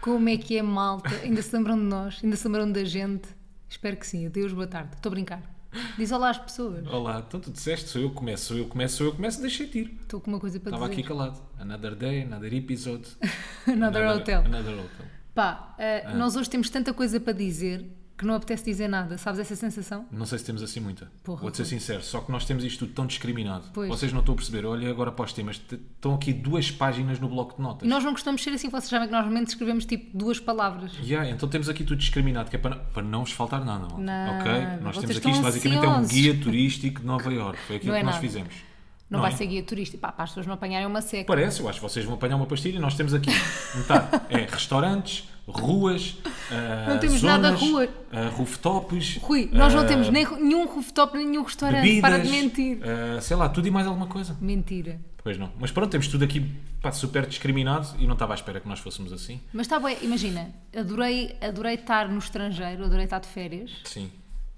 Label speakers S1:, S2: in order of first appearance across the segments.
S1: Como é que é, malta? Ainda se lembram de nós? Ainda se lembram da gente? Espero que sim. Adeus, boa tarde. Estou a brincar. Diz olá às pessoas.
S2: Olá, então tu disseste, sou eu que começo, sou eu que começo, sou eu que começo, deixei tiro.
S1: Estou com uma coisa para
S2: Estava
S1: dizer.
S2: aqui calado. Another day, another episode.
S1: Another hotel.
S2: Another hotel.
S1: Pá, ah, nós hoje temos tanta coisa para dizer que não apetece dizer nada. Sabes essa sensação?
S2: Não sei se temos assim muita.
S1: Porra,
S2: Vou-te ser sincero, só que nós temos isto tudo tão discriminado.
S1: Pois.
S2: Vocês não estão a perceber. Olha agora para os temas. T- Estão aqui duas páginas no bloco de notas.
S1: E nós não gostamos de ser assim. Vocês sabem que nós normalmente escrevemos tipo duas palavras.
S2: Yeah, então temos aqui tudo discriminado, que é para, para não vos faltar nada. malta.
S1: Nada.
S2: Ok?
S1: Vocês
S2: Nós temos aqui isto
S1: estão
S2: basicamente é um
S1: ansiosos.
S2: guia turístico de Nova Iorque. Foi aquilo
S1: Não é
S2: que nós
S1: nada.
S2: fizemos.
S1: Não,
S2: Não
S1: vai
S2: é?
S1: ser guia turística. Pá, para as pessoas não apanharem uma seca.
S2: Parece, eu acho que vocês vão apanhar uma pastilha e nós temos aqui metade. É restaurantes, ruas, ah,
S1: Não temos
S2: zonas,
S1: nada rua.
S2: ah, rooftops.
S1: Rui, nós não
S2: ah,
S1: temos nem, nenhum rooftop, nem nenhum restaurante.
S2: bebidas,
S1: Para de mentir.
S2: ah, sei lá, tudo e mais alguma coisa.
S1: Mentira.
S2: Pois não. Mas pronto, temos tudo aqui pá, super discriminado e não estava à espera que nós fôssemos assim.
S1: Mas está bem, imagina, adorei, adorei estar no estrangeiro, adorei estar de férias.
S2: Sim.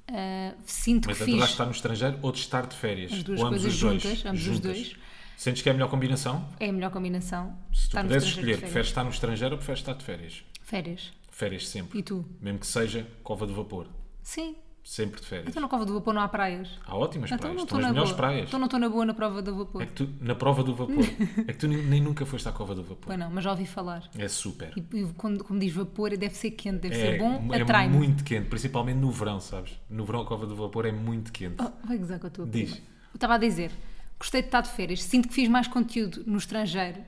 S1: Ah, sinto
S2: Mas
S1: que
S2: adoraste
S1: fiz.
S2: estar no estrangeiro ou de estar de férias.
S1: As duas
S2: ou ambos
S1: coisas
S2: os dois.
S1: juntas, ambos os
S2: Juntas.
S1: dois.
S2: Sentes que é a melhor combinação?
S1: É a melhor combinação.
S2: Se tu
S1: estar no estrangeiro
S2: pudesses escolher,
S1: de
S2: preferes estar no estrangeiro ou preferes estar de férias?
S1: Férias.
S2: Férias sempre.
S1: E tu?
S2: Mesmo que seja cova de vapor.
S1: Sim.
S2: Sempre de férias.
S1: Então na Cova do Vapor não há praias.
S2: Há ótimas
S1: Então
S2: praias.
S1: não
S2: Estão
S1: estou
S2: as
S1: na
S2: melhores
S1: boa.
S2: praias.
S1: Então não estou na boa na prova do vapor.
S2: É que tu, na prova do vapor, é que tu nem, nem nunca foste à cova do vapor.
S1: Pois não, mas já ouvi falar.
S2: É super.
S1: E, e quando, como diz vapor, deve ser quente, deve
S2: É,
S1: ser bom,
S2: é
S1: atrai-me.
S2: muito quente, principalmente no verão, sabes? No verão a cova do vapor é muito quente.
S1: Oh, vai gozar com a tua
S2: Diz.
S1: prima. Eu estava a dizer, gostei de estar de férias, sinto que fiz mais conteúdo no estrangeiro.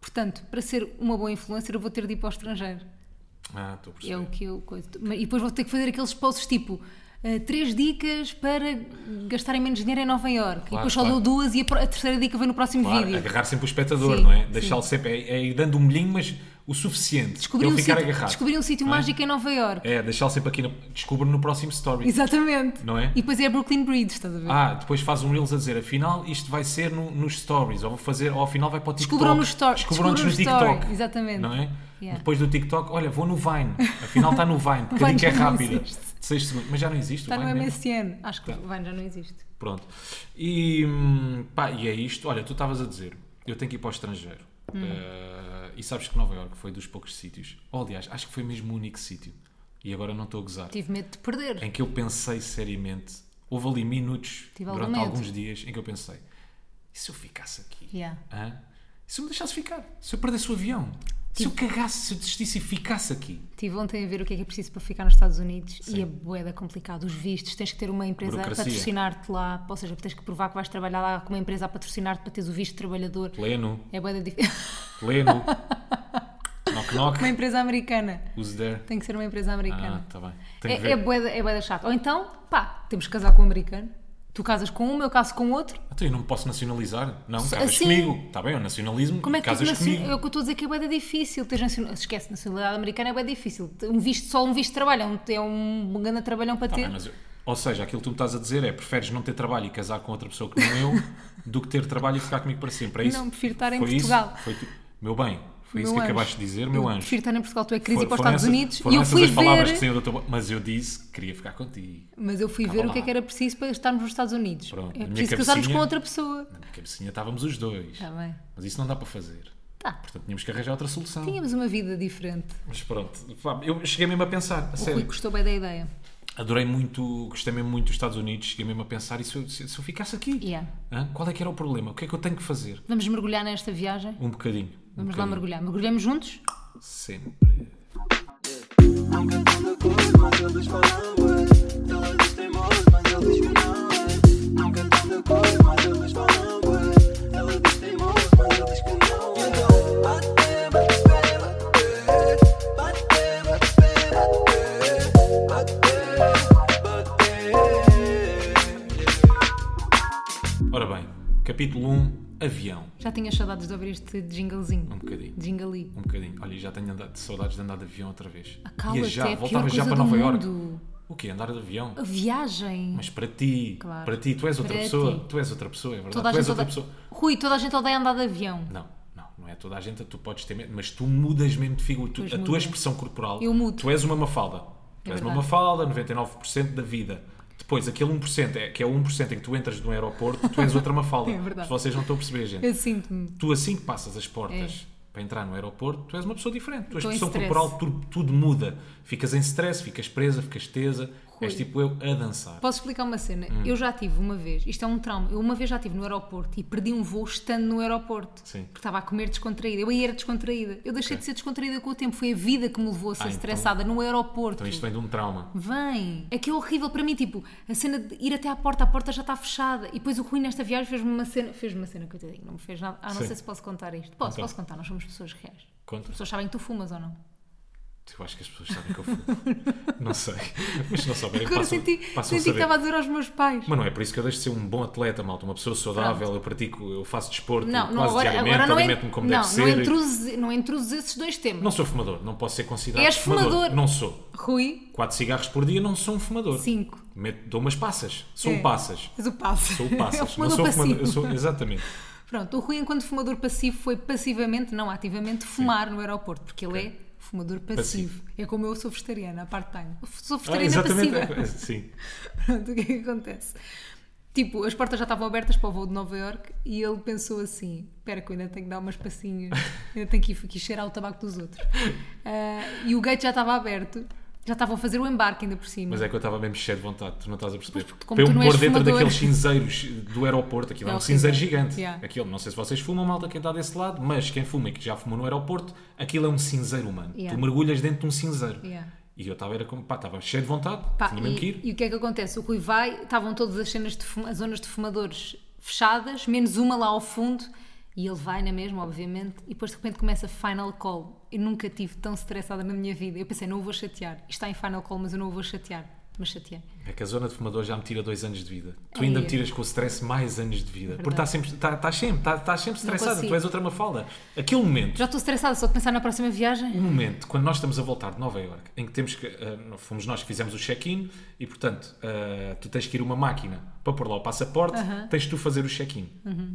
S1: Portanto, para ser uma boa influencer, eu vou ter de ir para o estrangeiro.
S2: Ah, estou a perceber.
S1: É o que eu. Coisa. Mas- E depois vou ter que fazer aqueles posts tipo. ah, três dicas para gastarem menos dinheiro em Nova Iorque. e
S2: Claro,
S1: depois só
S2: claro.
S1: dou duas e a, pro- a terceira dica vem no próximo
S2: Claro,
S1: vídeo.
S2: agarrar sempre o espectador,
S1: Sim,
S2: não é?
S1: sim.
S2: Deixá-lo sempre. É, é ir dando um molhinho, mas o suficiente.
S1: Descobri
S2: para
S1: um,
S2: ele ficar
S1: sítio,
S2: agarrado.
S1: descobri um sítio
S2: não é?
S1: mágico em Nova Iorque.
S2: É, deixá-lo sempre aqui. No... Descubro no próximo story.
S1: Exatamente.
S2: Não é?
S1: E depois é Brooklyn Bridge, estás a ver?
S2: Ah, depois faz um Reels a dizer, afinal isto vai ser no- nos stories, ou vou fazer, ou afinal vai para o TikTok.
S1: Descobram nos stories.
S2: Descobram-nos no
S1: Descobram nos
S2: TikTok.
S1: stories, exatamente.
S2: Não é?
S1: Yeah.
S2: Depois do TikTok, olha, vou no Vine, afinal está no Vine, porque a
S1: Vine
S2: dica é
S1: já não
S2: rápida.
S1: existe. é
S2: 6 segundos, mas já não existe
S1: Está
S2: o
S1: no
S2: Vine. né?
S1: MSN. Acho que o Vine já não existe.
S2: Pronto. E, hum, pá, e é isto. Olha, tu estavas a dizer, eu tenho que ir para o estrangeiro.
S1: Hum.
S2: Eh, e sabes que Nova Iorque foi dos poucos sítios, ou aliás, acho que foi mesmo o único sítio, e agora não estou a gozar,
S1: Tive medo de perder.
S2: em que eu pensei seriamente. Houve ali minutos
S1: Tive algum
S2: durante
S1: medo.
S2: alguns dias em que eu pensei: e se eu ficasse aqui?
S1: Yeah.
S2: Hã? E se eu me deixasse ficar? Se eu perdesse o avião? Se eu cagasse, se eu desistisse e ficasse aqui?
S1: Estive ontem a ver o que é que é preciso para ficar nos Estados Unidos e é boeda complicado. Os vistos, tens que ter uma empresa a
S2: Burocracia.
S1: patrocinar-te lá, ou seja, tens que provar que vais trabalhar lá com uma empresa a patrocinar-te para teres o visto de trabalhador.
S2: Pleno,
S1: É boeda difícil.
S2: pleno. knock knock,
S1: uma empresa americana.
S2: who's there?
S1: Tem que ser uma empresa
S2: Ah,
S1: americana.
S2: está bem. Tem que
S1: é, é
S2: ver.
S1: boeda, é boeda chato. Ou então, pá, temos que casar com um americano. Tu casas com um, eu caso com outro.
S2: Então eu não me posso nacionalizar? Não,
S1: Só-
S2: casas
S1: assim?
S2: comigo. Está bem, eu nacionalismo,
S1: Como é que
S2: casas
S1: tens nacio-
S2: comigo.
S1: Eu que estou a dizer que é bem difícil. Tens nacional... Esquece, nacionalidade americana é bem difícil. Um visto, só um visto de trabalho. É um, é um grande trabalhão para
S2: Tá
S1: ter.
S2: bem, mas eu- Ou seja, aquilo que tu me estás a dizer é preferes não ter trabalho e casar com outra pessoa que não eu do que ter trabalho e ficar comigo para sempre. É isso?
S1: Não, prefiro estar em
S2: Foi isso?
S1: Portugal.
S2: Foi tu- Meu bem, foi
S1: Meu
S2: isso que
S1: anjo.
S2: acabaste de dizer, meu
S1: eu
S2: anjo.
S1: Prefiro estar em Portugal, tu é crise e
S2: Foram-
S1: para os
S2: foram
S1: Estados
S2: essas-
S1: Unidos. E
S2: foram
S1: eu
S2: essas
S1: fui
S2: as palavras que
S1: ver.
S2: saíram da tua- Mas eu disse que queria ficar contigo.
S1: Mas eu fui
S2: Calma
S1: ver o que é
S2: lá.
S1: que era preciso para estarmos nos Estados Unidos.
S2: Pronto, na
S1: é
S2: minha
S1: preciso casarmos com
S2: cabecinha-
S1: outra pessoa.
S2: Na minha cabecinha estávamos os dois.
S1: Está bem.
S2: Mas isso não dá para fazer.
S1: Tá.
S2: Portanto, tínhamos que arranjar outra solução.
S1: Tínhamos uma vida diferente.
S2: Mas pronto, pá, eu cheguei mesmo a pensar, a
S1: O Rui
S2: sério.
S1: gostou bem da ideia.
S2: Adorei muito, gostei mesmo muito dos Estados Unidos, cheguei mesmo a pensar, e se eu, se- se eu ficasse aqui?
S1: Yeah.
S2: Hã? Qual é que era o problema? O que é que eu tenho que fazer?
S1: Vamos mergulhar nesta viagem?
S2: Um bocadinho. um
S1: Vamos lá
S2: bocadinho.
S1: mergulhar. Mergulhamos juntos?
S2: Sempre.
S3: Nunca tive cor, mas eles falavam. Eles têm amor, mas eles não. Nunca tive cor, mas eles falavam. Eles têm amor, mas eles que não. Então, bate, bate, bate, bate, bate, bate, bate, bate.
S2: Ora bem, capítulo 1, avião.
S1: Já tinha saudades de ouvir este jinglezinho.
S2: Um bocadinho.
S1: Jinglee.
S2: Um bocadinho. Olha, já tenho andado, saudades de andar de avião outra vez.
S1: Acala-te,
S2: já,
S1: é a pior
S2: voltava
S1: coisa
S2: já para
S1: do
S2: Nova Iorque.
S1: mundo.
S2: O quê? Andar de avião?
S1: A viagem.
S2: Mas para ti,
S1: Claro.
S2: para ti, tu és outra
S1: Para
S2: pessoa.
S1: ti.
S2: Tu és outra pessoa, é verdade.
S1: Toda a
S2: tu és
S1: gente
S2: outra
S1: odeia-
S2: pessoa.
S1: Rui, toda a gente odeia andar de avião.
S2: Não, não, não é toda a gente, tu podes ter medo, mas tu mudas mesmo de figura, tu-
S1: Pois
S2: a
S1: muda.
S2: tua expressão corporal.
S1: Eu mudo.
S2: Tu és uma mafalda. Tu
S1: É
S2: és uma
S1: verdade.
S2: mafalda, 99% da vida. Depois, aquele 1%, é, que é o 1% em que tu entras no aeroporto, tu és outra mafalda.
S1: É verdade.
S2: Se vocês não estão a perceber, gente.
S1: Eu sinto-me.
S2: Tu assim que passas as portas para entrar no aeroporto, tu és uma pessoa diferente. Tu, a
S1: Estou É. em
S2: expressão
S1: stress.
S2: corporal, tu- tudo muda. Ficas em stress, ficas presa, ficas tesa.
S1: Rui.
S2: És tipo eu a dançar.
S1: Posso explicar uma cena?
S2: Hum.
S1: Eu já tive uma vez, isto é um trauma, eu uma vez já estive no aeroporto e perdi um voo estando no aeroporto.
S2: Sim.
S1: Porque estava a comer descontraída. Eu aí era descontraída. Eu deixei de ser descontraída com o tempo. Foi a vida que me levou a ser
S2: Ah, então-
S1: estressada no aeroporto.
S2: Então isto vem de um trauma.
S1: Vem! É que é horrível para mim, tipo, a cena de ir até à porta, a porta já está fechada. E depois o Rui nesta viagem fez-me uma cena, fez-me uma cena, coitadinho, não me fez nada. Ah, não
S2: Sim.
S1: sei se posso contar isto. Posso,
S2: Então.
S1: posso contar, nós somos pessoas reais.
S2: Conta.
S1: As pessoas sabem que tu fumas ou não?
S2: Eu acho que as pessoas sabem que eu fumo. não sei. Mas se não souberem,
S1: Agora
S2: passam,
S1: senti,
S2: passam a
S1: senti que
S2: saber.
S1: estava a dizer aos meus pais.
S2: Mas não é por isso que eu deixo de ser um bom atleta, malta. Uma pessoa saudável, eu pratico, eu faço desporto
S1: Não,
S2: quase
S1: não, agora,
S2: diariamente,
S1: agora não, é-
S2: alimento-me como
S1: não,
S2: deve ser.
S1: não, entruzes, não entruzes esses dois temas.
S2: Não sou fumador, não posso ser considerado
S1: És fumador.
S2: Não sou.
S1: Rui,
S2: Quatro cigarros por dia, não sou um fumador.
S1: cinco.
S2: Meto, dou umas passas. Sou
S1: É.
S2: um passas.
S1: És o passo.
S2: Sou
S1: É
S2: o passas.
S1: o
S2: não
S1: fumador
S2: sou
S1: passivo.
S2: fumador. Eu sou, exatamente.
S1: Pronto, o Rui, enquanto fumador passivo, foi passivamente, não ativamente, fumar no aeroporto, porque ele
S2: Ok.
S1: é fumador passivo. É como eu sou vegetariana, a part-time. Sou
S2: Ah,
S1: vegetariana
S2: exatamente.
S1: passiva.
S2: É, Sim.
S1: Pronto, o que é que acontece? Tipo, as portas já estavam abertas para o voo de Nova Iorque e ele pensou assim: espera, que eu ainda tenho que dar umas passinhas, ainda tenho que ir aqui cheirar o tabaco dos outros. Ah, e o gate já estava aberto, já estavam a fazer o embarque ainda por cima.
S2: Mas é que eu estava mesmo cheio de vontade, tu não estás a perceber.
S1: Mas porque como
S2: Para eu
S1: tu
S2: me
S1: não és
S2: pôr dentro
S1: fumador.
S2: daqueles cinzeiros do aeroporto, aquilo é,
S1: É
S2: um cinzeiro
S1: horrível.
S2: gigante.
S1: Yeah.
S2: Aquilo, não sei se vocês fumam, malta, quem está desse lado, mas quem fuma e que já fumou no aeroporto, aquilo é um cinzeiro humano.
S1: Yeah.
S2: Tu mergulhas dentro de um cinzeiro.
S1: Yeah.
S2: E eu estava era como, pá, estava cheio de vontade,
S1: Pá,
S2: tinha mesmo que ir.
S1: e, e o que é que acontece? O Rui vai, estavam todas as cenas de fuma- as zonas de fumadores fechadas, menos uma lá ao fundo, e ele vai na mesma, obviamente, e depois de repente começa Final Call. Eu nunca tive tão estressada na minha vida. Eu pensei, não o vou chatear. Isto Está em Final Call, mas eu não o vou chatear. Mas chateei.
S2: É que a zona de fumador já me tira dois anos de vida. Tu
S1: Ai,
S2: ainda
S1: é.
S2: me tiras com o stress mais anos de vida. Porque
S1: Verdade.
S2: estás sempre, tá, tá sempre, tá, tá sempre estressada,
S1: consigo.
S2: tu és outra mafalda. Aquele momento,
S1: Já estou estressada só de pensar na próxima viagem.
S2: o um momento, quando nós estamos a voltar de Nova Iorque, em que temos que. ah, não, fomos nós que fizemos o check-in e, portanto, ah, tu tens que ir a uma máquina para pôr lá o passaporte, tens de tu fazer o check-in.
S1: Uhum.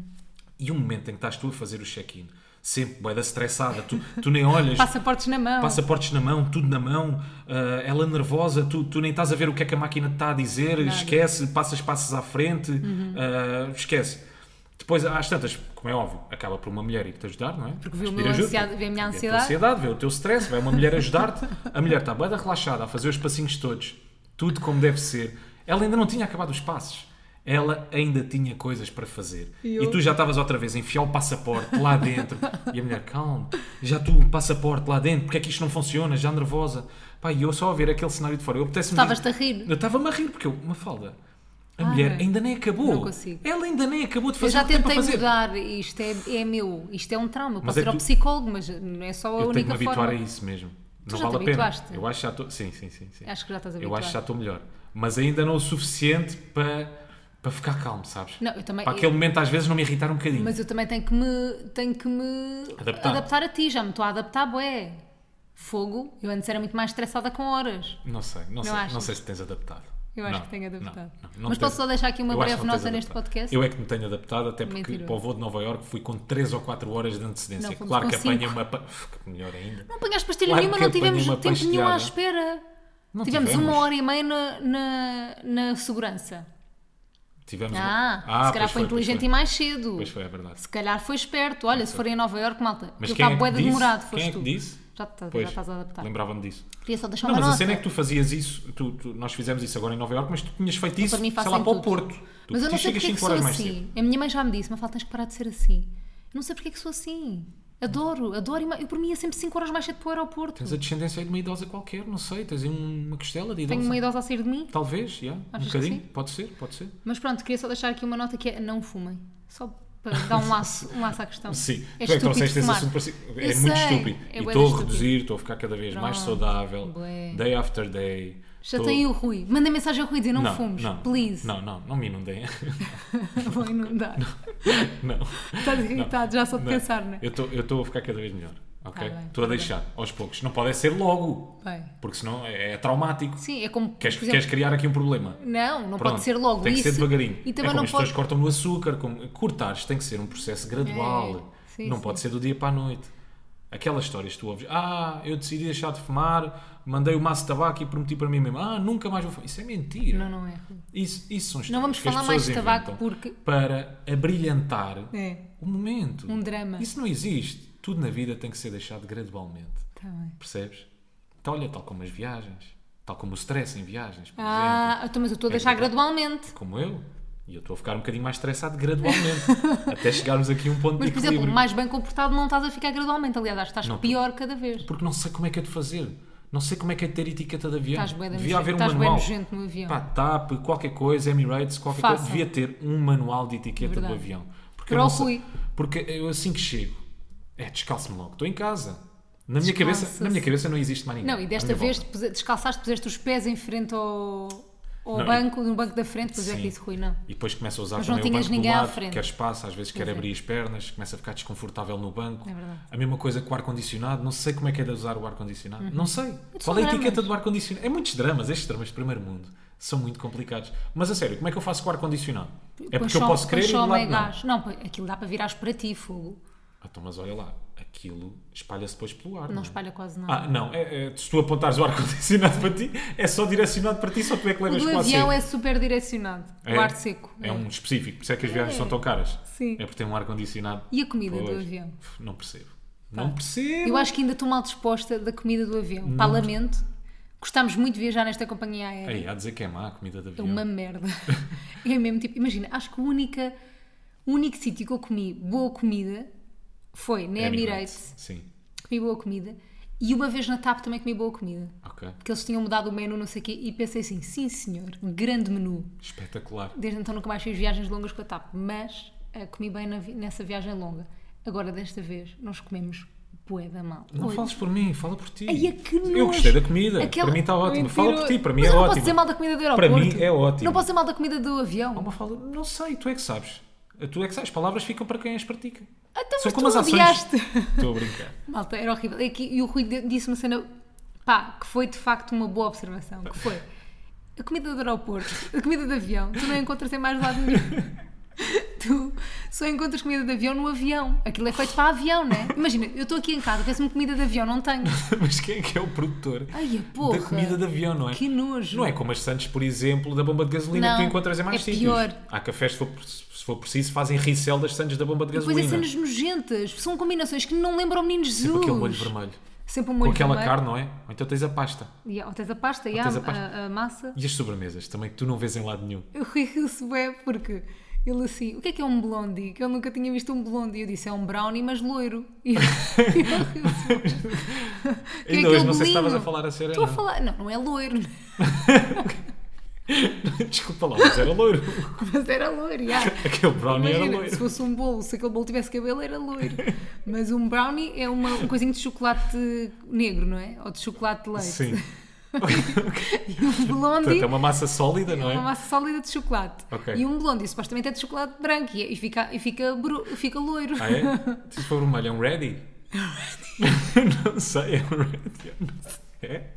S2: E o momento em que estás tu a fazer o check-in, sempre, boeda estressada, tu, tu nem olhas.
S1: Passaportes na mão.
S2: Passaportes na mão, tudo na mão, ah, ela nervosa, tu, tu nem estás a ver o que é que a máquina te está a dizer, esquece, passas passos à frente,
S1: Uhum.
S2: ah, esquece. Depois, às tantas, como é óbvio, acaba por uma mulher ir te ajudar, não é?
S1: Porque vê o
S2: Pedir
S1: meu
S2: ajuda.
S1: ansiado- vê a minha
S2: Vê é tua
S1: ansiedade.
S2: ansiedade, vê o teu stress, vai uma mulher ajudar-te, a mulher está bem relaxada, a fazer os passinhos todos, tudo como deve ser. Ela ainda não tinha acabado os passos. Ela ainda tinha coisas para fazer.
S1: E
S2: E,
S1: eu?
S2: tu já estavas outra vez a enfiar o passaporte lá dentro. E a mulher, calma, já tu, um passaporte lá dentro, porque é que isto não funciona? Já nervosa. Pá, e eu só a ver aquele cenário de fora. Eu apetece-me
S1: Estavas-te
S2: dizer-
S1: a rir?
S2: Eu estava-me a rir, porque eu, uma falda. A
S1: Ah,
S2: mulher
S1: não.
S2: ainda nem acabou.
S1: Não consigo.
S2: Ela ainda nem acabou de
S1: Eu
S2: fazer
S1: já
S2: o que tem para
S1: tentei
S2: fazer.
S1: mudar, isto é, é meu, isto é um trauma. Eu
S2: Mas
S1: posso
S2: é
S1: ir ao
S2: tu-
S1: psicólogo, mas não é só a
S2: Eu tenho que
S1: única
S2: me
S1: forma.
S2: habituar a isso mesmo.
S1: já
S2: não
S1: te
S2: vale a pena.
S1: habituaste? É
S2: Eu acho que já estou. Sim, sim, sim. sim.
S1: Acho que já estás
S2: eu acho que já
S1: habituado.
S2: estou melhor. Mas ainda não o suficiente para, para ficar calmo, sabes?
S1: Não, eu também-
S2: Para aquele momento, às vezes, não me irritar um bocadinho.
S1: Mas eu também tenho que me, tenho que me
S2: Adaptar.
S1: a ti, já me estou a adaptar, bué. Fogo, eu antes era muito mais estressada com horas.
S2: Não sei, não, sei,
S1: achas?
S2: não sei se tens adaptado.
S1: Eu acho
S2: Não,
S1: que tenho adaptado.
S2: não, não, não
S1: Mas posso só deixar aqui uma
S2: Eu acho que
S1: breve
S2: não tens
S1: nota neste
S2: adaptado.
S1: podcast?
S2: Eu é que me tenho adaptado, até porque
S1: Mentira.
S2: para o voo de Nova Iorque fui com 3 ou 4 horas de antecedência.
S1: Não, fomos
S2: claro
S1: com
S2: que apanha
S1: cinco.
S2: uma. pa- Uf, que melhor ainda.
S1: Não apanhaste pastilha
S2: Claro
S1: nenhuma,
S2: que
S1: não tivemos
S2: apanhei
S1: tempo
S2: uma
S1: nenhum à
S2: pastilhada.
S1: espera.
S2: Não
S1: tivemos,
S2: tivemos.
S1: uma hora e meia na, na, na segurança.
S2: Tivemos
S1: Ah,
S2: uma...
S1: se calhar
S2: pois
S1: foi
S2: pois
S1: inteligente
S2: foi.
S1: e mais cedo.
S2: Pois foi, é verdade.
S1: Se calhar foi esperto. Olha, se for em Nova Iorque, malta,
S2: Mas
S1: aquilo
S2: quem
S1: está
S2: é que
S1: bué de
S2: disse?
S1: demorado,
S2: Quem
S1: foste
S2: é que
S1: tu.
S2: disse?
S1: Já, te- já
S2: Pois,
S1: estás a adaptar.
S2: Lembrava-me disso.
S1: Queria só deixar
S2: Não,
S1: uma
S2: mas a
S1: nota.
S2: cena é que tu fazias isso, tu, tu- nós fizemos isso agora em Nova Iorque, mas tu tinhas feito isso,
S1: Então, para mim
S2: sei lá,
S1: fazem
S2: para o
S1: tudo.
S2: Porto. Tu
S1: Mas eu não sei
S2: tu chegas
S1: porque é que
S2: cinco
S1: sou
S2: horas mais cedo.
S1: assim. A minha mãe já me disse, mas fala, tens que parar de ser assim. Eu não sei porque é que sou assim. Adoro, adoro. ima- Eu por mim ia sempre 5 horas mais cedo para o aeroporto.
S2: Tens a descendência aí de uma idosa qualquer, não sei, tens aí uma costela de idosa.
S1: Tenho uma idosa a sair de mim.
S2: Talvez, já, um
S1: Achas que
S2: bocadinho,
S1: sim?
S2: pode ser, pode ser.
S1: Mas pronto, queria só deixar aqui uma nota que é não fumem. Só para dar um laço, um laço à questão.
S2: Sim,
S1: É
S2: tu é que
S1: estúpido
S2: trouxeste esse
S1: fumar.
S2: assunto para si. É
S1: Eu
S2: muito
S1: sei,
S2: estúpido.
S1: é
S2: e
S1: bué
S2: estou a
S1: estúpido.
S2: reduzir, estou a ficar cada vez mais
S1: Pronto,
S2: saudável,
S1: bué.
S2: day after day.
S1: Já
S2: Estou-
S1: tem o Rui. Manda mensagem ao Rui dizer não, fumes,
S2: não,
S1: please.
S2: Não, não, não me inundem.
S1: Vou inundar.
S2: não.
S1: Estás irritado, já só de
S2: Não,
S1: pensar, não é?
S2: Eu estou- eu estou a ficar cada vez melhor. ok?
S1: bem,
S2: Estou a
S1: tá
S2: deixar, aos poucos. Não pode é ser logo,
S1: Bem.
S2: porque senão é, é traumático.
S1: Sim, é como.
S2: Queres,
S1: por exemplo-
S2: queres criar aqui um problema?
S1: Não, não
S2: Pronto,
S1: pode ser logo
S2: tem
S1: isso.
S2: que ser devagarinho.
S1: E
S2: é
S1: também
S2: como
S1: não
S2: as
S1: pode.
S2: pessoas cortam no açúcar. Como, cortares tem que ser um processo gradual.
S1: É, sim,
S2: não
S1: sim.
S2: pode ser do dia para a noite. Aquelas histórias que tu ouves. Ah, eu decidi deixar de fumar, mandei o maço de tabaco e prometi para mim mesmo. Ah, nunca mais vou fumar. Isso é mentira.
S1: Não, não é, Rui.
S2: Isso, isso são histórias
S1: Não vamos
S2: que as
S1: falar mais de
S2: pessoas
S1: tabaco
S2: inventam
S1: porque.
S2: Para abrilhantar
S1: É.
S2: o momento.
S1: Um drama.
S2: Isso não existe. Tudo na vida tem que ser deixado gradualmente.
S1: Tá bem.
S2: Percebes? Então, olha, tal como as viagens, tal como o stress em viagens, por exemplo.
S1: Ah, então, mas eu estou a deixar
S2: É verdade.
S1: gradualmente.
S2: Como eu. E eu estou a ficar um bocadinho mais estressado gradualmente. até chegarmos aqui a um ponto
S1: Mas,
S2: de
S1: por
S2: equilíbrio.
S1: exemplo, mais bem comportado não estás a ficar gradualmente. Aliás, acho que estás
S2: Não.
S1: pior cada vez.
S2: Porque não sei como é que é de fazer. Não sei como é que é de ter etiqueta de avião.
S1: Estás bué de
S2: devia
S1: nojento.
S2: haver um
S1: Estás bué
S2: manual.
S1: nojento no avião.
S2: Pá, TAP, qualquer coisa, Emirates, qualquer
S1: Façam.
S2: coisa. Devia ter um manual de etiqueta
S1: Verdade.
S2: do avião. Porque
S1: Para
S2: eu,
S1: o
S2: não sei-
S1: Rui.
S2: porque eu assim que chego, é descalço-me logo. Estou em casa. Na minha,
S1: Descalça-se.
S2: cabeça, na minha cabeça não existe mais ninguém.
S1: Não, e
S2: À
S1: desta
S2: minha
S1: vez
S2: volta.
S1: puse- descalçaste, puseste os pés em frente ao, ao
S2: Não, e-
S1: banco, no banco da frente, pois é
S2: Sim.
S1: que isso, Rui, não.
S2: E depois começo a usar
S1: Mas não
S2: também o
S1: tinhas
S2: banco do
S1: ninguém à
S2: lado,
S1: frente.
S2: quer espaço, às vezes quer
S1: Pois é.
S2: abrir as pernas, começa a ficar desconfortável no banco.
S1: É verdade.
S2: a mesma coisa com o ar-condicionado, não sei como é que é de usar o ar-condicionado. Não sei.
S1: são
S2: Qual é a
S1: Uhum. dramas.
S2: etiqueta do ar-condicionado? É muitos dramas, estes dramas de primeiro mundo são muito complicados. Mas a sério, como é que eu faço com o ar-condicionado? É
S1: Pões
S2: porque eu
S1: só-
S2: posso
S1: pões
S2: querer e do
S1: só
S2: lado
S1: meio
S2: não.
S1: gás. Não, põe- aquilo dá para virares para ti, fogo.
S2: Ah, Então, mas olha lá, aquilo espalha-se depois pelo ar.
S1: Não espalha quase nada.
S2: Ah, não, é- é- se tu apontares o ar-condicionado para ti, é só direcionado para ti, só tu é que
S1: o
S2: levas
S1: do
S2: com a
S1: avião
S2: seca.
S1: é super direcionado.
S2: É?
S1: O ar seco. né?
S2: É um específico, por isso é que as viagens
S1: É.
S2: são tão caras.
S1: Sim.
S2: É por ter um ar-condicionado.
S1: E a comida do
S2: Pois.
S1: avião? Tá.
S2: Não percebo. Não percebo.
S1: Eu acho que ainda estou mal disposta da comida do avião. Pá, lamento. Gostámos muito de viajar nesta companhia aérea.
S2: Ei, há de dizer que é má a comida de
S1: É
S2: avião.
S1: uma merda. é mesmo tipo, imagina, acho que o única, o único sítio que eu comi boa comida foi na Emirates,
S2: É Sim.
S1: comi boa comida, e uma vez na TAP também comi boa comida.
S2: Ok.
S1: Porque eles tinham mudado o menu, não sei o quê, e pensei assim, sim senhor, grande menu.
S2: Espetacular.
S1: Desde então nunca mais fiz viagens longas com a TAP, mas ah, comi bem na vi- nessa viagem longa. Agora, desta vez, nós comemos bué da mal.
S2: Não
S1: Olha,
S2: fales por mim, fala por ti.
S1: Ai, é que
S2: eu
S1: nojo.
S2: gostei da comida.
S1: Aquela-
S2: Para mim está ótimo.
S1: Mentira.
S2: Fala por ti, para mim
S1: Mas
S2: é
S1: eu não
S2: ótimo.
S1: posso dizer mal da comida do
S2: Para
S1: aeroporto.
S2: mim é ótimo.
S1: Não posso dizer mal da comida do avião.
S2: Não, mas fala- não sei, tu é que sabes. Tu é que sabes. As palavras ficam para quem as pratica.
S1: Então,
S2: São
S1: mas
S2: como
S1: tu
S2: as ações.
S1: odiaste.
S2: Estou a brincar.
S1: Malta, era horrível. E, aqui- e o Rui de- disse uma cena, pá, que foi de facto uma boa observação, que foi a comida do aeroporto, a comida de avião, tu não encontras em mais lado nenhum. Tu só encontras comida de avião no avião. Aquilo é feito para avião, não é? Imagina, eu estou aqui em casa, peço-me comida de avião, não tenho.
S2: mas quem é que é o produtor
S1: Ai, a porra.
S2: da comida de avião, não é?
S1: Que nojo.
S2: Não é como as Santos, por exemplo, da bomba de gasolina
S1: Não,
S2: que tu encontras em mais
S1: é
S2: sítios.
S1: pior.
S2: Há cafés, se for, se for preciso, fazem resell das Santos da bomba de
S1: Depois é
S2: gasolina.
S1: cenas nojentas, são combinações que não lembram o menino Jesus.
S2: Sempre aquele molho vermelho.
S1: Sempre um
S2: Com
S1: molho
S2: aquela
S1: vermelho.
S2: carne, não é? Ou então tens a pasta.
S1: E, ou tens a pasta, e há
S2: tens a
S1: a-
S2: pasta.
S1: a- a massa.
S2: E as sobremesas também, que tu não vês em lado nenhum.
S1: Eu ri-se bem porque ele assim, o que é que é um blondie? Que eu nunca tinha visto um blondie. Eu disse, é um brownie, mas loiro. E eu ri-se bué. é Tem
S2: Ainda hoje
S1: aquele
S2: não sei se
S1: bolinho.
S2: estavas a falar a sério.
S1: Estou
S2: ou
S1: a
S2: Não.
S1: falar, não, não é loiro,
S2: Desculpa lá, mas era loiro.
S1: mas era loiro. já.
S2: Aquele brownie era
S1: Imagina,
S2: loiro.
S1: se fosse um bolo, se aquele bolo tivesse cabelo, era loiro. Mas um brownie é uma, um coisinho de chocolate negro, não é? Ou de chocolate de leite.
S2: Sim.
S1: E um
S2: Portanto,
S1: blondie
S2: é uma massa sólida, não
S1: é
S2: é?
S1: uma massa sólida de chocolate.
S2: Ok.
S1: E um blondie supostamente é de chocolate branco e, e fica, e fica, bru- fica loiro.
S2: Ah, é? Se for vermelho, é um ready? não sei, é um ready. eu não sei. É?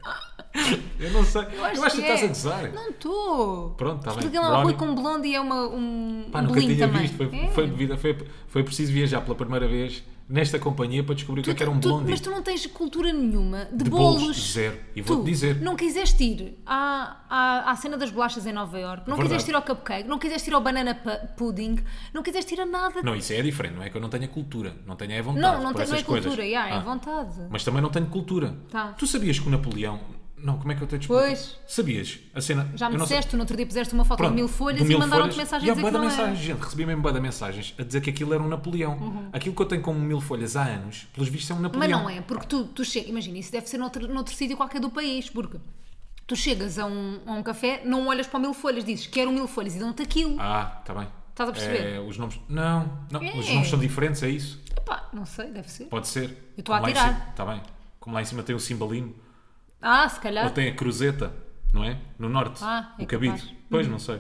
S2: Eu não sei. Eu acho, que, estás
S1: é.
S2: a gozar.
S1: Não estou.
S2: Pronto, está bem.
S1: Explica lá, Rui
S2: Brownie.
S1: com blondie é uma, um,
S2: Pá,
S1: um
S2: nunca
S1: bolinho
S2: tinha
S1: também.
S2: visto. Foi,
S1: É.
S2: foi, devido a- foi, foi preciso viajar pela primeira vez nesta companhia para descobrir o que, é que era um
S1: Tu-
S2: blondie.
S1: mas tu não tens cultura nenhuma de,
S2: de
S1: bolos.
S2: zero. E
S1: Tu
S2: vou-te dizer.
S1: não quiseste ir à, à, à cena das bolachas em Nova Iorque, não
S2: É Verdade.
S1: quiseste ir ao cupcake, não quiseste ir ao banana pu- pudding, não quiseste ir a nada.
S2: Não, isso é diferente, não é que eu não tenha cultura, não tenha é vontade.
S1: não, não,
S2: por
S1: tem- não
S2: essas
S1: é cultura,
S2: coisas.
S1: yeah, é
S2: Ah,
S1: vontade.
S2: Mas também não tenho cultura.
S1: Tá.
S2: Tu sabias que o Napoleão. Não, como é que eu tenho de explicar?
S1: Pois.
S2: Sabias? A cena.
S1: Já me
S2: eu não sei-
S1: disseste, tu no outro dia puseste uma foto
S2: Pronto,
S1: de mil folhas
S2: de mil
S1: e mandaram-te
S2: folhas.
S1: mensagens
S2: E
S1: a
S2: há
S1: dizer
S2: bué
S1: que
S2: de
S1: não é. era.
S2: mensagens, gente, recebi mesmo bué de mensagens a dizer que aquilo era um Napoleão. Aquilo que eu tenho como mil folhas há anos, pelos vistos é um Napoleão.
S1: Uhum. Mas não é, porque tu, tu chegas, imagina, isso deve ser noutro, noutro sítio qualquer do país, porque tu chegas a um, a um café, não olhas para o mil folhas, dizes quero mil folhas e dão-te aquilo.
S2: Ah, está bem.
S1: Estás a perceber?
S2: É, os nomes. Não, não,
S1: É.
S2: os nomes são diferentes, é isso?
S1: Epá, não sei, deve ser.
S2: Pode ser. Eu
S1: estou a atirar.
S2: Está tá bem. Como lá em cima tem o cimbalino,
S1: Ah, se calhar.
S2: ou tem a cruzeta, não é? No norte.
S1: Ah, é
S2: o cabide.
S1: capaz.
S2: Pois, não sei.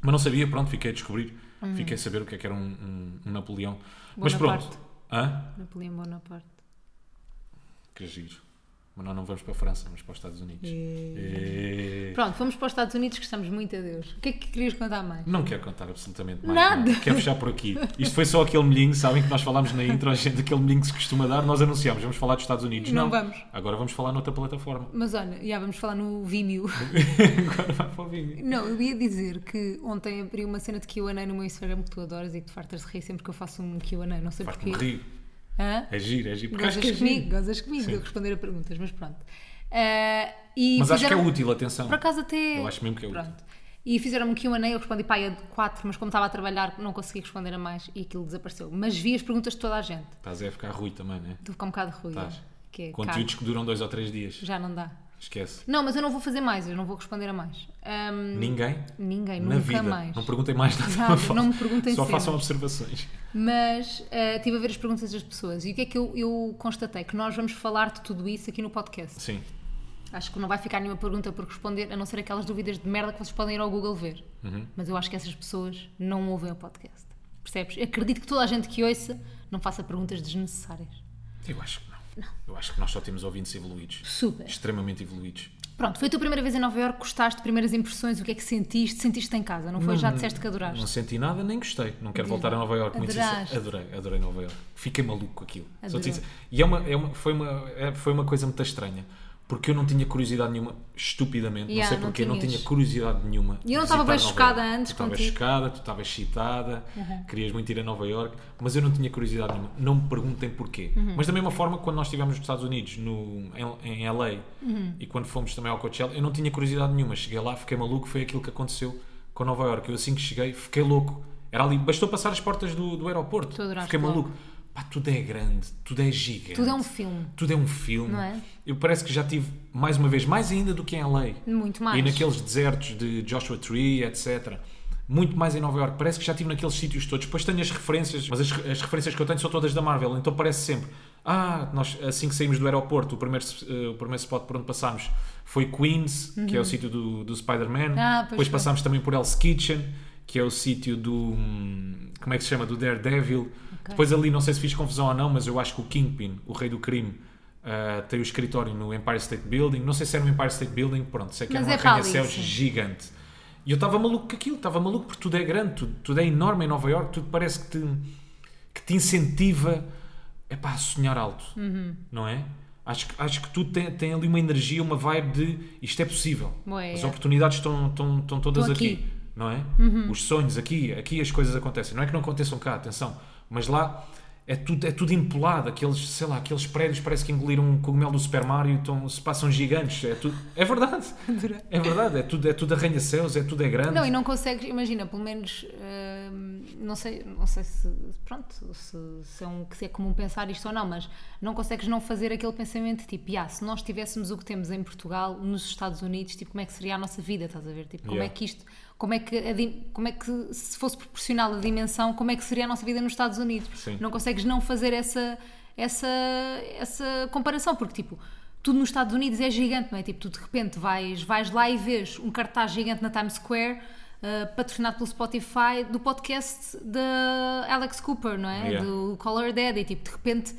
S2: Mas não sabia, pronto, fiquei a descobrir.
S1: Uhum.
S2: Fiquei a saber o que é que era um, um- um Napoleão. Mas pronto.
S1: Bonaparte.
S2: Hã?
S1: Napoleão Bonaparte.
S2: Que giro. Mas nós não vamos para a França, vamos para os Estados Unidos. Eh.
S1: Pronto, fomos para os Estados Unidos, gostamos muito a Deus. O que é que querias contar mais?
S2: Não quero contar absolutamente mais.
S1: Nada.
S2: Nada. Quero fechar por aqui. Isto foi só aquele milhinho, sabem que nós falámos na intro, a gente, aquele milhinho que se costuma dar. Nós anunciámos, vamos falar dos Estados Unidos.
S1: Não vamos.
S2: Agora vamos falar noutra plataforma.
S1: Mas olha, já vamos falar no Vimeo.
S2: Agora vai para o Vimeo.
S1: Não, eu ia dizer que ontem abri uma cena de QA no meu Instagram que tu adoras e que tu fartas de rir sempre que eu faço um QA, não sei
S2: Faz-me
S1: porquê.
S2: rir.
S1: Hã?
S2: É giro, é giro. Porque acho
S1: Gozas
S2: que é
S1: comigo,
S2: giro.
S1: gozas comigo de eu responder a perguntas, mas pronto. Ah, e
S2: Mas acho que é
S1: fizeram-
S2: útil, atenção.
S1: Por acaso até.
S2: Eu acho mesmo que é útil.
S1: Pronto. E fizeram-me um QA, eu respondi pá, é de 4, mas como estava a trabalhar não consegui responder a mais e aquilo desapareceu. Mas vi as perguntas de toda a gente.
S2: Estás a ficar ruim também, né?
S1: Estou a ficar um bocado ruído.
S2: Estás.
S1: Que é
S2: Conteúdos que duram dois ou três dias.
S1: caro. Já não dá.
S2: Esquece.
S1: Não, mas eu não vou fazer mais, eu não vou responder a mais. Ahm,
S2: Ninguém.
S1: ninguém,
S2: Na
S1: Hum. nunca
S2: vida.
S1: mais.
S2: Não perguntem mais nada.
S1: Nada,
S2: uma fase.
S1: não me perguntem
S2: Só
S1: sempre.
S2: façam observações.
S1: Mas ah, estive a ver as perguntas das pessoas e o que é que eu, eu constatei? Que nós vamos falar de tudo isso aqui no podcast.
S2: Sim.
S1: Acho que não vai ficar nenhuma pergunta por responder, a não ser aquelas dúvidas de merda que vocês podem ir ao Google ver.
S2: Uhum.
S1: Mas eu acho que essas pessoas não ouvem o podcast. Percebes? Acredito que toda a gente que ouça não faça perguntas desnecessárias.
S2: Eu acho que não. Eu acho que nós só temos ouvintes evoluídos.
S1: Super.
S2: Extremamente evoluídos.
S1: Pronto, foi a tua primeira vez em Nova Iorque, gostaste, primeiras impressões, o que é que sentiste? Sentiste em casa, não foi? Já disseste que adoraste.
S2: Não senti nada, nem gostei. Não quero voltar a Nova Iorque. Muito
S1: Adoraste.
S2: sincero. Adorei, adorei Nova Iorque. Fiquei maluco com aquilo. Sou
S1: Adorei.
S2: sincero. E é uma, é uma- foi, uma, é- foi uma coisa muito estranha. Porque eu não tinha curiosidade nenhuma, estupidamente,
S1: Yeah,
S2: não
S1: não
S2: sei porquê, não,
S1: tinhas.
S2: tinha curiosidade nenhuma.
S1: E eu não
S2: de
S1: estava
S2: visitar
S1: bem
S2: Nova
S1: chocada
S2: Iorque.
S1: antes
S2: Tu estavas
S1: contigo.
S2: chocada, tu estavas excitada,
S1: Uhum.
S2: querias muito ir a Nova Iorque, mas eu não tinha curiosidade nenhuma. Não me perguntem porquê.
S1: Uhum.
S2: Mas da mesma forma, quando nós estivemos nos Estados Unidos, no, em, em LA,
S1: Uhum.
S2: e quando fomos também ao Coachella, eu não tinha curiosidade nenhuma. Cheguei lá, fiquei maluco, foi aquilo que aconteceu com Nova Iorque. Eu assim que cheguei, fiquei louco. Era ali, bastou passar as portas do, do aeroporto.
S1: Tu adoraste
S2: Fiquei
S1: logo.
S2: maluco. Pá, tudo é grande, tudo é gigante.
S1: Tudo é um filme.
S2: Tudo é um filme.
S1: Não é?
S2: Eu parece que já tive mais uma vez, mais ainda do que em LA.
S1: Muito mais.
S2: E naqueles desertos de Joshua Tree, etc. Muito mais em Nova York. Parece que já estive naqueles sítios todos. Depois tenho as referências, mas as, as referências que eu tenho são todas da Marvel, então parece sempre. Ah, nós assim que saímos do aeroporto, o primeiro, eh, o primeiro spot por onde passámos foi Queens, que é o sítio do, do Spider-Man.
S1: Uhum. Ah, pois
S2: Depois
S1: foi.
S2: passámos também por Hell's Kitchen, que é o sítio do. hum, Como é que se chama? Do Daredevil. Depois ali, não sei se fiz confusão ou não, mas eu acho que o Kingpin, o rei do crime, ah, tem o escritório no Empire State Building. Não sei se era no Empire State Building, pronto, sei que
S1: Mas
S2: era um
S1: é para ali,
S2: arranha-céus
S1: sim.
S2: gigante. E eu estava maluco com aquilo, estava maluco porque tudo é grande, tudo, tudo é enorme em Nova York, tudo parece que te, que te incentiva epá, a sonhar alto,
S1: Uhum.
S2: não é? Acho, que- acho que tudo tem, tem ali uma energia, uma vibe de isto é possível.
S1: Bué,
S2: As
S1: é.
S2: oportunidades estão, estão, estão todas
S1: Estão
S2: aqui.
S1: aqui.
S2: não é?
S1: Uhum.
S2: Os sonhos aqui, aqui as coisas acontecem. Não é que não aconteçam cá, atenção, mas lá é tudo, é tudo empolado, aqueles, sei lá, aqueles prédios parece que engoliram um cogumelo do Super Mario, estão, se passam gigantes, é tudo, é verdade. É verdade, é tudo, é tudo arranha-céus, é tudo é grande.
S1: Não, e não consegues, imagina, pelo menos hum, não sei, não sei se pronto, se, se é um, se é comum pensar isto ou não, mas não consegues não fazer aquele pensamento tipo, "Ya, se nós tivéssemos o que temos em Portugal, nos Estados Unidos, tipo, como é que seria a nossa vida, estás a ver? Tipo, como
S2: Yeah.
S1: é que isto, como é que, a di- como é que se fosse proporcional a dimensão, como é que seria a nossa vida nos Estados Unidos?
S2: Sim.
S1: Não consegues não fazer essa, essa, essa comparação, porque tipo, tudo nos Estados Unidos é gigante, não é? Tipo, tu de repente vais, vais lá e vês um cartaz gigante na Times Square, eh, patrocinado pelo Spotify, do podcast da Alex Cooper, não é?
S2: Yeah.
S1: Do Call Her Dead, e tipo, de repente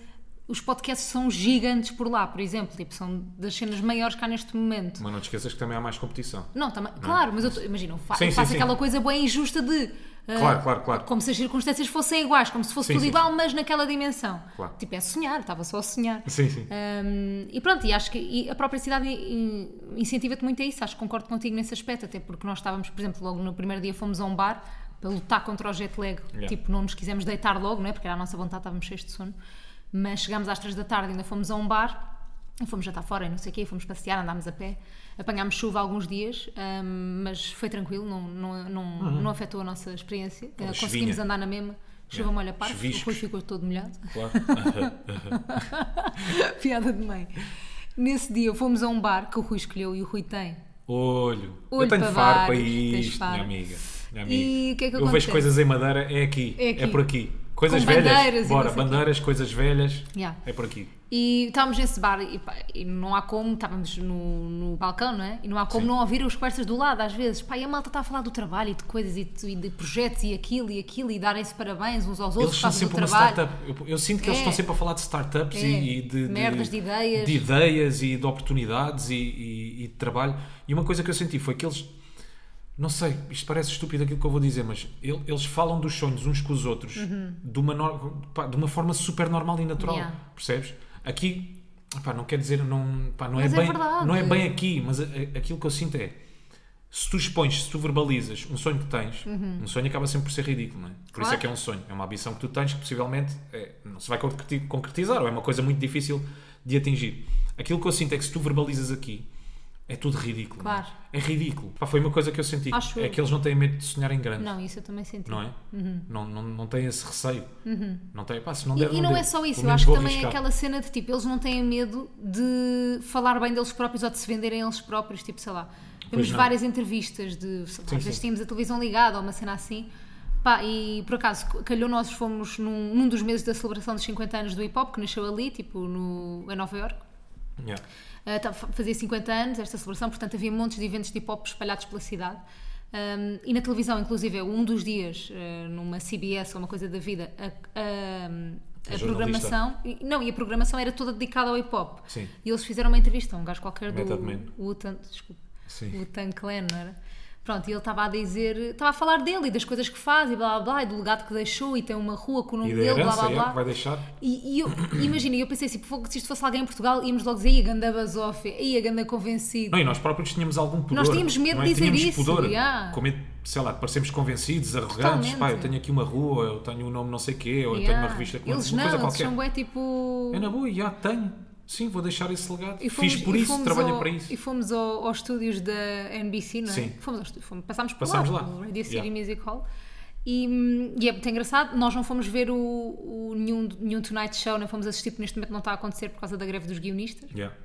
S1: os podcasts são gigantes por lá, por exemplo, tipo, são das cenas maiores que há neste momento.
S2: Mas não te esqueças que também há mais competição.
S1: Não, também, claro, mas eu tô- imagina, eu fa-
S2: é? Sim,
S1: eu
S2: sim,
S1: faço
S2: sim.
S1: aquela coisa bem injusta de. ah,
S2: Claro, claro, claro.
S1: Como se as circunstâncias fossem iguais, como se fosse
S2: Sim,
S1: tudo
S2: sim,
S1: igual, mas naquela dimensão.
S2: Claro.
S1: Tipo, é sonhar, estava só a sonhar.
S2: Sim, sim.
S1: Hum, e pronto, e acho que e a própria cidade in- incentiva-te muito a isso, acho que concordo contigo nesse aspecto, até porque nós estávamos, por exemplo, logo no primeiro dia fomos a um bar para lutar contra o jet lag,
S2: Yeah.
S1: tipo, não nos quisemos deitar logo, não é? Porque era a nossa vontade, estávamos cheios de sono, mas chegámos às três da tarde, ainda fomos a um bar, e fomos jantar fora e não sei o quê, fomos passear, andámos a pé, apanhámos chuva alguns dias, hum, mas foi tranquilo, não, não, não, não afetou a nossa experiência, Eh,
S2: Uhum. chuvinha.
S1: conseguimos andar na mesma, chuva
S2: Yeah.
S1: molha parte, o Rui
S2: Chuviscos.
S1: ficou todo molhado.
S2: Claro.
S1: Piada de mãe. Nesse dia fomos a um bar que o Rui escolheu e o Rui tem.
S2: Olho.
S1: Olho
S2: Eu tenho
S1: para
S2: faro para
S1: vários, tens
S2: isto,
S1: faro.
S2: minha amiga. Minha amiga.
S1: E o que é que
S2: Eu
S1: acontece?
S2: vejo coisas em madeira, é aqui.
S1: É
S2: É,
S1: aqui.
S2: por aqui. Coisas
S1: Com
S2: velhas.
S1: bandeiras e
S2: Bora,
S1: não sei o quê.
S2: bandeiras, coisas velhas.
S1: Yeah.
S2: É por aqui.
S1: E estávamos nesse bar e, pá, e não há como, estávamos no, no balcão, não é? E não há como não ouvir as conversas do lado, às vezes. Pá, e a malta está a falar do trabalho e de coisas e de, e de projetos e aquilo e aquilo e darem-se parabéns uns aos outros por
S2: Eles são
S1: causa do
S2: sempre uma
S1: trabalho.
S2: startup. Eu, eu sinto que eles
S1: É.
S2: estão sempre a falar de startups
S1: É.
S2: e, e de, de-
S1: Merdas de ideias.
S2: de ideias e de oportunidades e, e- e de trabalho. E uma coisa que eu senti foi que eles. Não sei, isto parece estúpido aquilo que eu vou dizer, mas el- eles falam dos sonhos uns com os outros de, uma nor- pá, de uma forma super normal e natural.
S1: Uhum. Yeah.
S2: Percebes? Aqui, pá, não quer dizer, não, pá, não, é
S1: Mas é
S2: bem,
S1: verdade.
S2: não é bem aqui, mas a- a- aquilo que eu sinto é se tu expões, se tu verbalizas um sonho que tens, um sonho acaba sempre por ser ridículo, não é? Por isso é
S1: Uhum. Claro.
S2: que é um sonho, é uma ambição que tu tens que possivelmente é, não se vai concreti- concretizar ou é uma coisa muito difícil de atingir. Aquilo que eu sinto é que se tu verbalizas aqui, é tudo ridículo. não é?
S1: Claro.
S2: É ridículo. Pá, foi uma coisa que eu senti.
S1: Acho
S2: é
S1: eu.
S2: que eles não têm medo de sonhar em grande.
S1: Não, isso eu também senti.
S2: Não é? Não, não, não tem esse receio. Não tem, pá, se não
S1: Uhum. E-
S2: der,
S1: e não
S2: deu.
S1: é só isso,
S2: Pelo
S1: eu
S2: menos
S1: acho que
S2: vou
S1: também é
S2: arriscar.
S1: aquela cena de tipo, eles não têm medo de falar bem deles próprios ou de se venderem eles próprios, tipo, sei lá. Temos
S2: não.
S1: várias entrevistas de. sei lá,
S2: Sim,
S1: às vezes
S2: sim.
S1: tínhamos a televisão ligada ou uma cena assim. Pá, e por acaso, calhou, nós fomos num, num dos meses da celebração dos 50 anos do hip hop, que nasceu ali, tipo, no, em Nova York.
S2: Yeah.
S1: Uh, tá- fa- fazia 50 anos esta celebração, portanto havia montes de eventos de hip hop espalhados pela cidade. Um, e na televisão, inclusive, um dos dias, uh, numa CBS ou uma coisa da vida, a, a- a
S2: A jornalista.
S1: programação. e- Não, e a programação era toda dedicada ao hip hop.
S2: Sim.
S1: E eles fizeram uma entrevista a um gajo qualquer do.
S2: Method Man.
S1: Wu-Tang, desculpa
S2: Sim.
S1: o Tan Clan, não era? Pronto, e ele estava a dizer, estava a falar dele e das coisas que faz e blá blá blá, e do legado que deixou e tem uma rua com o nome
S2: E da
S1: dele, blá
S2: herança
S1: blá
S2: yeah,
S1: blá.
S2: que vai deixar.
S1: E, e eu, imagina, eu pensei assim, "Fogo, se isto fosse alguém em Portugal, íamos logo dizer, ia ganda basófia, ia ganda convencido.
S2: Não, e nós próprios tínhamos algum pudor.
S1: Nós tínhamos medo
S2: não é?
S1: de dizer
S2: tínhamos
S1: isso,
S2: Pudor,
S1: yeah.
S2: Com medo, sei lá, de parecermos convencidos, arrogantes.
S1: Totalmente.
S2: Pá, eu tenho aqui uma rua, eu tenho um nome não sei quê, ou eu tenho
S1: Yeah.
S2: uma revista com
S1: Eles
S2: uma
S1: não,
S2: coisa
S1: eles
S2: qualquer.
S1: são bué tipo...
S2: É na boa, já tenho. Sim, vou deixar esse legado.
S1: E fomos-
S2: Fiz por
S1: e
S2: isso,
S1: fomos
S2: trabalho
S1: ao-
S2: para isso.
S1: E fomos ao- aos estúdios da NBC, não é?
S2: Sim.
S1: Fomos, aos estúdios, fomos- passámos por
S2: Passámos
S1: lá,
S2: lá.
S1: no Radio City
S2: Yeah.
S1: Music Hall. E, hum, e é muito engraçado, nós não fomos ver o, o nenhum, nenhum Tonight Show, não fomos assistir, porque neste momento não está a acontecer por causa da greve dos guionistas.
S2: Yeah.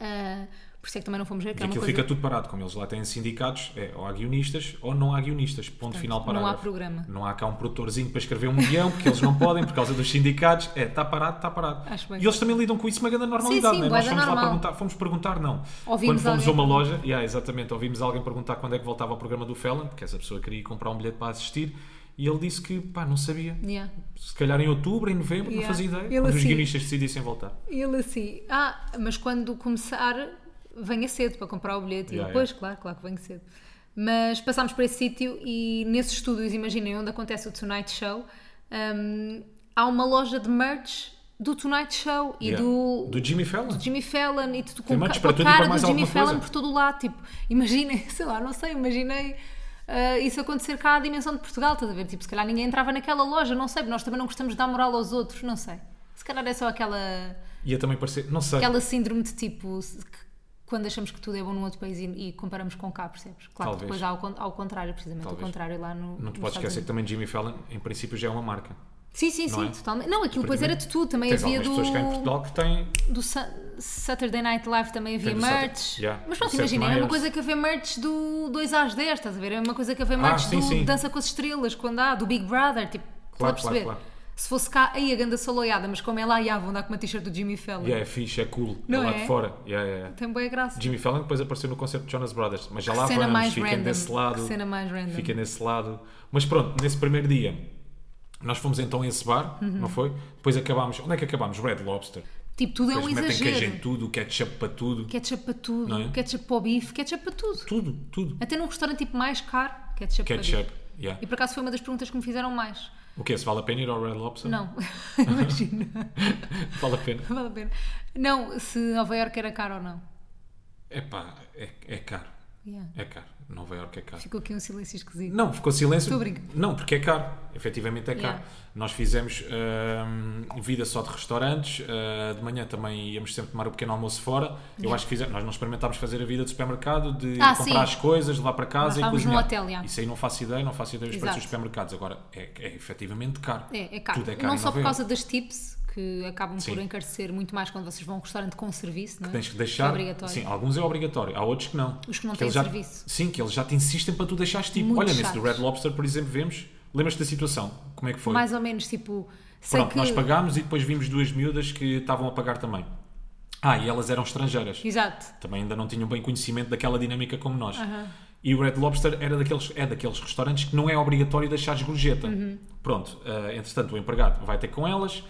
S1: Ah, por isso é que também não fomos ver,
S2: E
S1: porque é uma
S2: aquilo
S1: coisa...
S2: fica tudo parado, como eles lá têm sindicatos, é ou há guionistas ou não há guionistas. Ponto final
S1: não
S2: parágrafo.
S1: há programa.
S2: Não há cá um produtorzinho para escrever um guião, porque eles não podem por causa dos sindicatos. É, está parado, está parado.
S1: Acho bem.
S2: e eles também lidam com isso, uma grande normalidade,
S1: sim,
S2: né?
S1: bué
S2: Nós
S1: da
S2: fomos lá
S1: normal.
S2: perguntar, fomos perguntar, não.
S1: Ouvimos
S2: quando fomos a
S1: alguém.
S2: uma loja, yeah, exatamente, ouvimos alguém perguntar quando é que voltava ao programa do Felon, porque essa pessoa queria ir comprar um bilhete para assistir, e ele disse que, pá, não sabia.
S1: Yeah.
S2: Se calhar em outubro, em novembro,
S1: Yeah.
S2: não fazia ideia.
S1: Ele
S2: quando os
S1: assim-
S2: guionistas decidissem voltar.
S1: E ele assim, ah, mas quando começar, venha cedo para comprar o bilhete.
S2: Yeah,
S1: e depois, claro, claro que venho cedo. Mas passámos por esse sítio e nesses estúdios, imaginem, onde acontece o Tonight Show, hum, há uma loja de merch do Tonight Show e
S2: Yeah.
S1: do,
S2: do Jimmy Fallon.
S1: do Jimmy Fallon e tu
S2: Tem
S1: com,
S2: merch
S1: ca-
S2: para
S1: com
S2: tudo e
S1: a cara
S2: para mais
S1: do Jimmy
S2: alguma
S1: Fallon
S2: coisa.
S1: por todo o lado. Tipo, imaginem, sei lá, não sei, imaginei ah, isso acontecer cá à dimensão de Portugal, estás a ver? Tipo, se calhar ninguém entrava naquela loja, não sei, nós também não gostamos de dar moral aos outros, não sei. Se calhar é só aquela
S2: Ia também parecer, não sei.
S1: aquela síndrome de tipo se- que- quando achamos que tudo é bom num outro país e, e comparamos com cá, percebes? Claro que
S2: Talvez.
S1: depois há ao, con- ao contrário, precisamente ao
S2: Talvez.
S1: contrário lá no.
S2: Não
S1: nos
S2: te podes
S1: Estados
S2: esquecer que também Jimmy Fallon, em princípio, já é uma marca.
S1: Unidos. Sim, sim,
S2: não
S1: sim,
S2: é?
S1: totalmente. Não, aquilo depois
S2: Porque
S1: era de tudo, também
S2: Tens
S1: havia
S2: algumas
S1: do,
S2: pessoas cá em Portugal que têm.
S1: do Sa- Saturday Night Live, também havia
S2: do
S1: merch.
S2: Saturday- Yeah,
S1: Mas
S2: do
S1: pronto,
S2: Seth
S1: imagina, é uma
S2: Meyers.
S1: coisa que haver merch do 2 às 10, estás a ver? É uma coisa que haver merch
S2: Ah, sim,
S1: do
S2: sim.
S1: Dança com as Estrelas, quando há, do Big Brother, tipo, estás a
S2: Claro, claro,
S1: perceber?
S2: claro.
S1: Se fosse cá, aí a ganda saloiada, mas como é lá, já, vão dar com uma t-shirt do Jimmy Fallon.
S2: Yeah, é fixe, é cool.
S1: Não
S2: é lá
S1: é?
S2: de fora. Yeah, yeah, yeah.
S1: Tem boa graça.
S2: Jimmy Fallon depois apareceu no concerto de Jonas Brothers. Mas já lá
S1: cena
S2: vamos,
S1: mais
S2: fiquem
S1: random.
S2: desse lado.
S1: Que cena mais random.
S2: Fiquem nesse lado. Mas pronto, nesse primeiro dia, nós fomos então a esse bar,
S1: Uhum.
S2: não foi? Depois acabámos. Onde é que acabámos? Red Lobster.
S1: Tipo, tudo é um
S2: Depois metem queijo em
S1: exagero.
S2: tudo, ketchup para tudo.
S1: Ketchup para tudo,
S2: Não é?
S1: ketchup para o bife, ketchup para tudo.
S2: Tudo, tudo.
S1: Até num restaurante tipo mais caro, ketchup, para
S2: Ketchup.
S1: bife.
S2: Yeah.
S1: E por acaso foi uma das perguntas que me fizeram mais.
S2: O que Se vale a pena ir ao Red Lobster?
S1: Não, imagina,
S2: Vale a pena.
S1: vale a pena. Não, se Nova Iorque era caro ou não.
S2: Epá, é, é caro.
S1: Yeah.
S2: É caro. Nova Iorque é caro.
S1: Ficou aqui um silêncio esquisito.
S2: Não, ficou silêncio.
S1: Estou a brincar.
S2: Não, porque é caro. Efetivamente é caro.
S1: Yeah.
S2: Nós fizemos hum, vida só de restaurantes. uh, de manhã também íamos sempre tomar o pequeno almoço fora. Eu acho que fizemos, nós não experimentámos fazer a vida de supermercado, de
S1: Ah,
S2: comprar
S1: sim.
S2: as coisas, levar para casa
S1: Nós
S2: e
S1: estávamos num
S2: cozinhar.
S1: hotel, yeah.
S2: Isso aí não faço ideia, não faço ideia dos
S1: Exato.
S2: preços dos supermercados. Agora, é, é efetivamente caro.
S1: É, é caro.
S2: Tudo é caro
S1: não
S2: em
S1: só
S2: Nova
S1: por
S2: Iorque.
S1: causa das tips, que acabam por
S2: Sim.
S1: encarecer muito mais quando vocês vão a um restaurante com serviço, não é?
S2: Tens que
S1: É
S2: deixar.
S1: obrigatório.
S2: Sim, alguns é obrigatório, há outros que não.
S1: Os que não
S2: eles
S1: têm
S2: já-
S1: serviço.
S2: Sim, que eles já te insistem para tu deixares tipo.
S1: Muito
S2: Olha, nesse
S1: chatos.
S2: do Red Lobster, por exemplo, vemos. Lembras-te da situação? Como é que foi?
S1: Mais ou menos, tipo, sei
S2: Pronto,
S1: que...
S2: nós pagámos e depois vimos duas miúdas que estavam a pagar também. Ah, e elas eram estrangeiras.
S1: Exato.
S2: Também ainda não tinham bem conhecimento daquela dinâmica como nós. E o Red Lobster era daqueles, é daqueles restaurantes que não é obrigatório deixares gorjeta.
S1: Uhum.
S2: Pronto, ah, entretanto, o empregado vai ter com elas,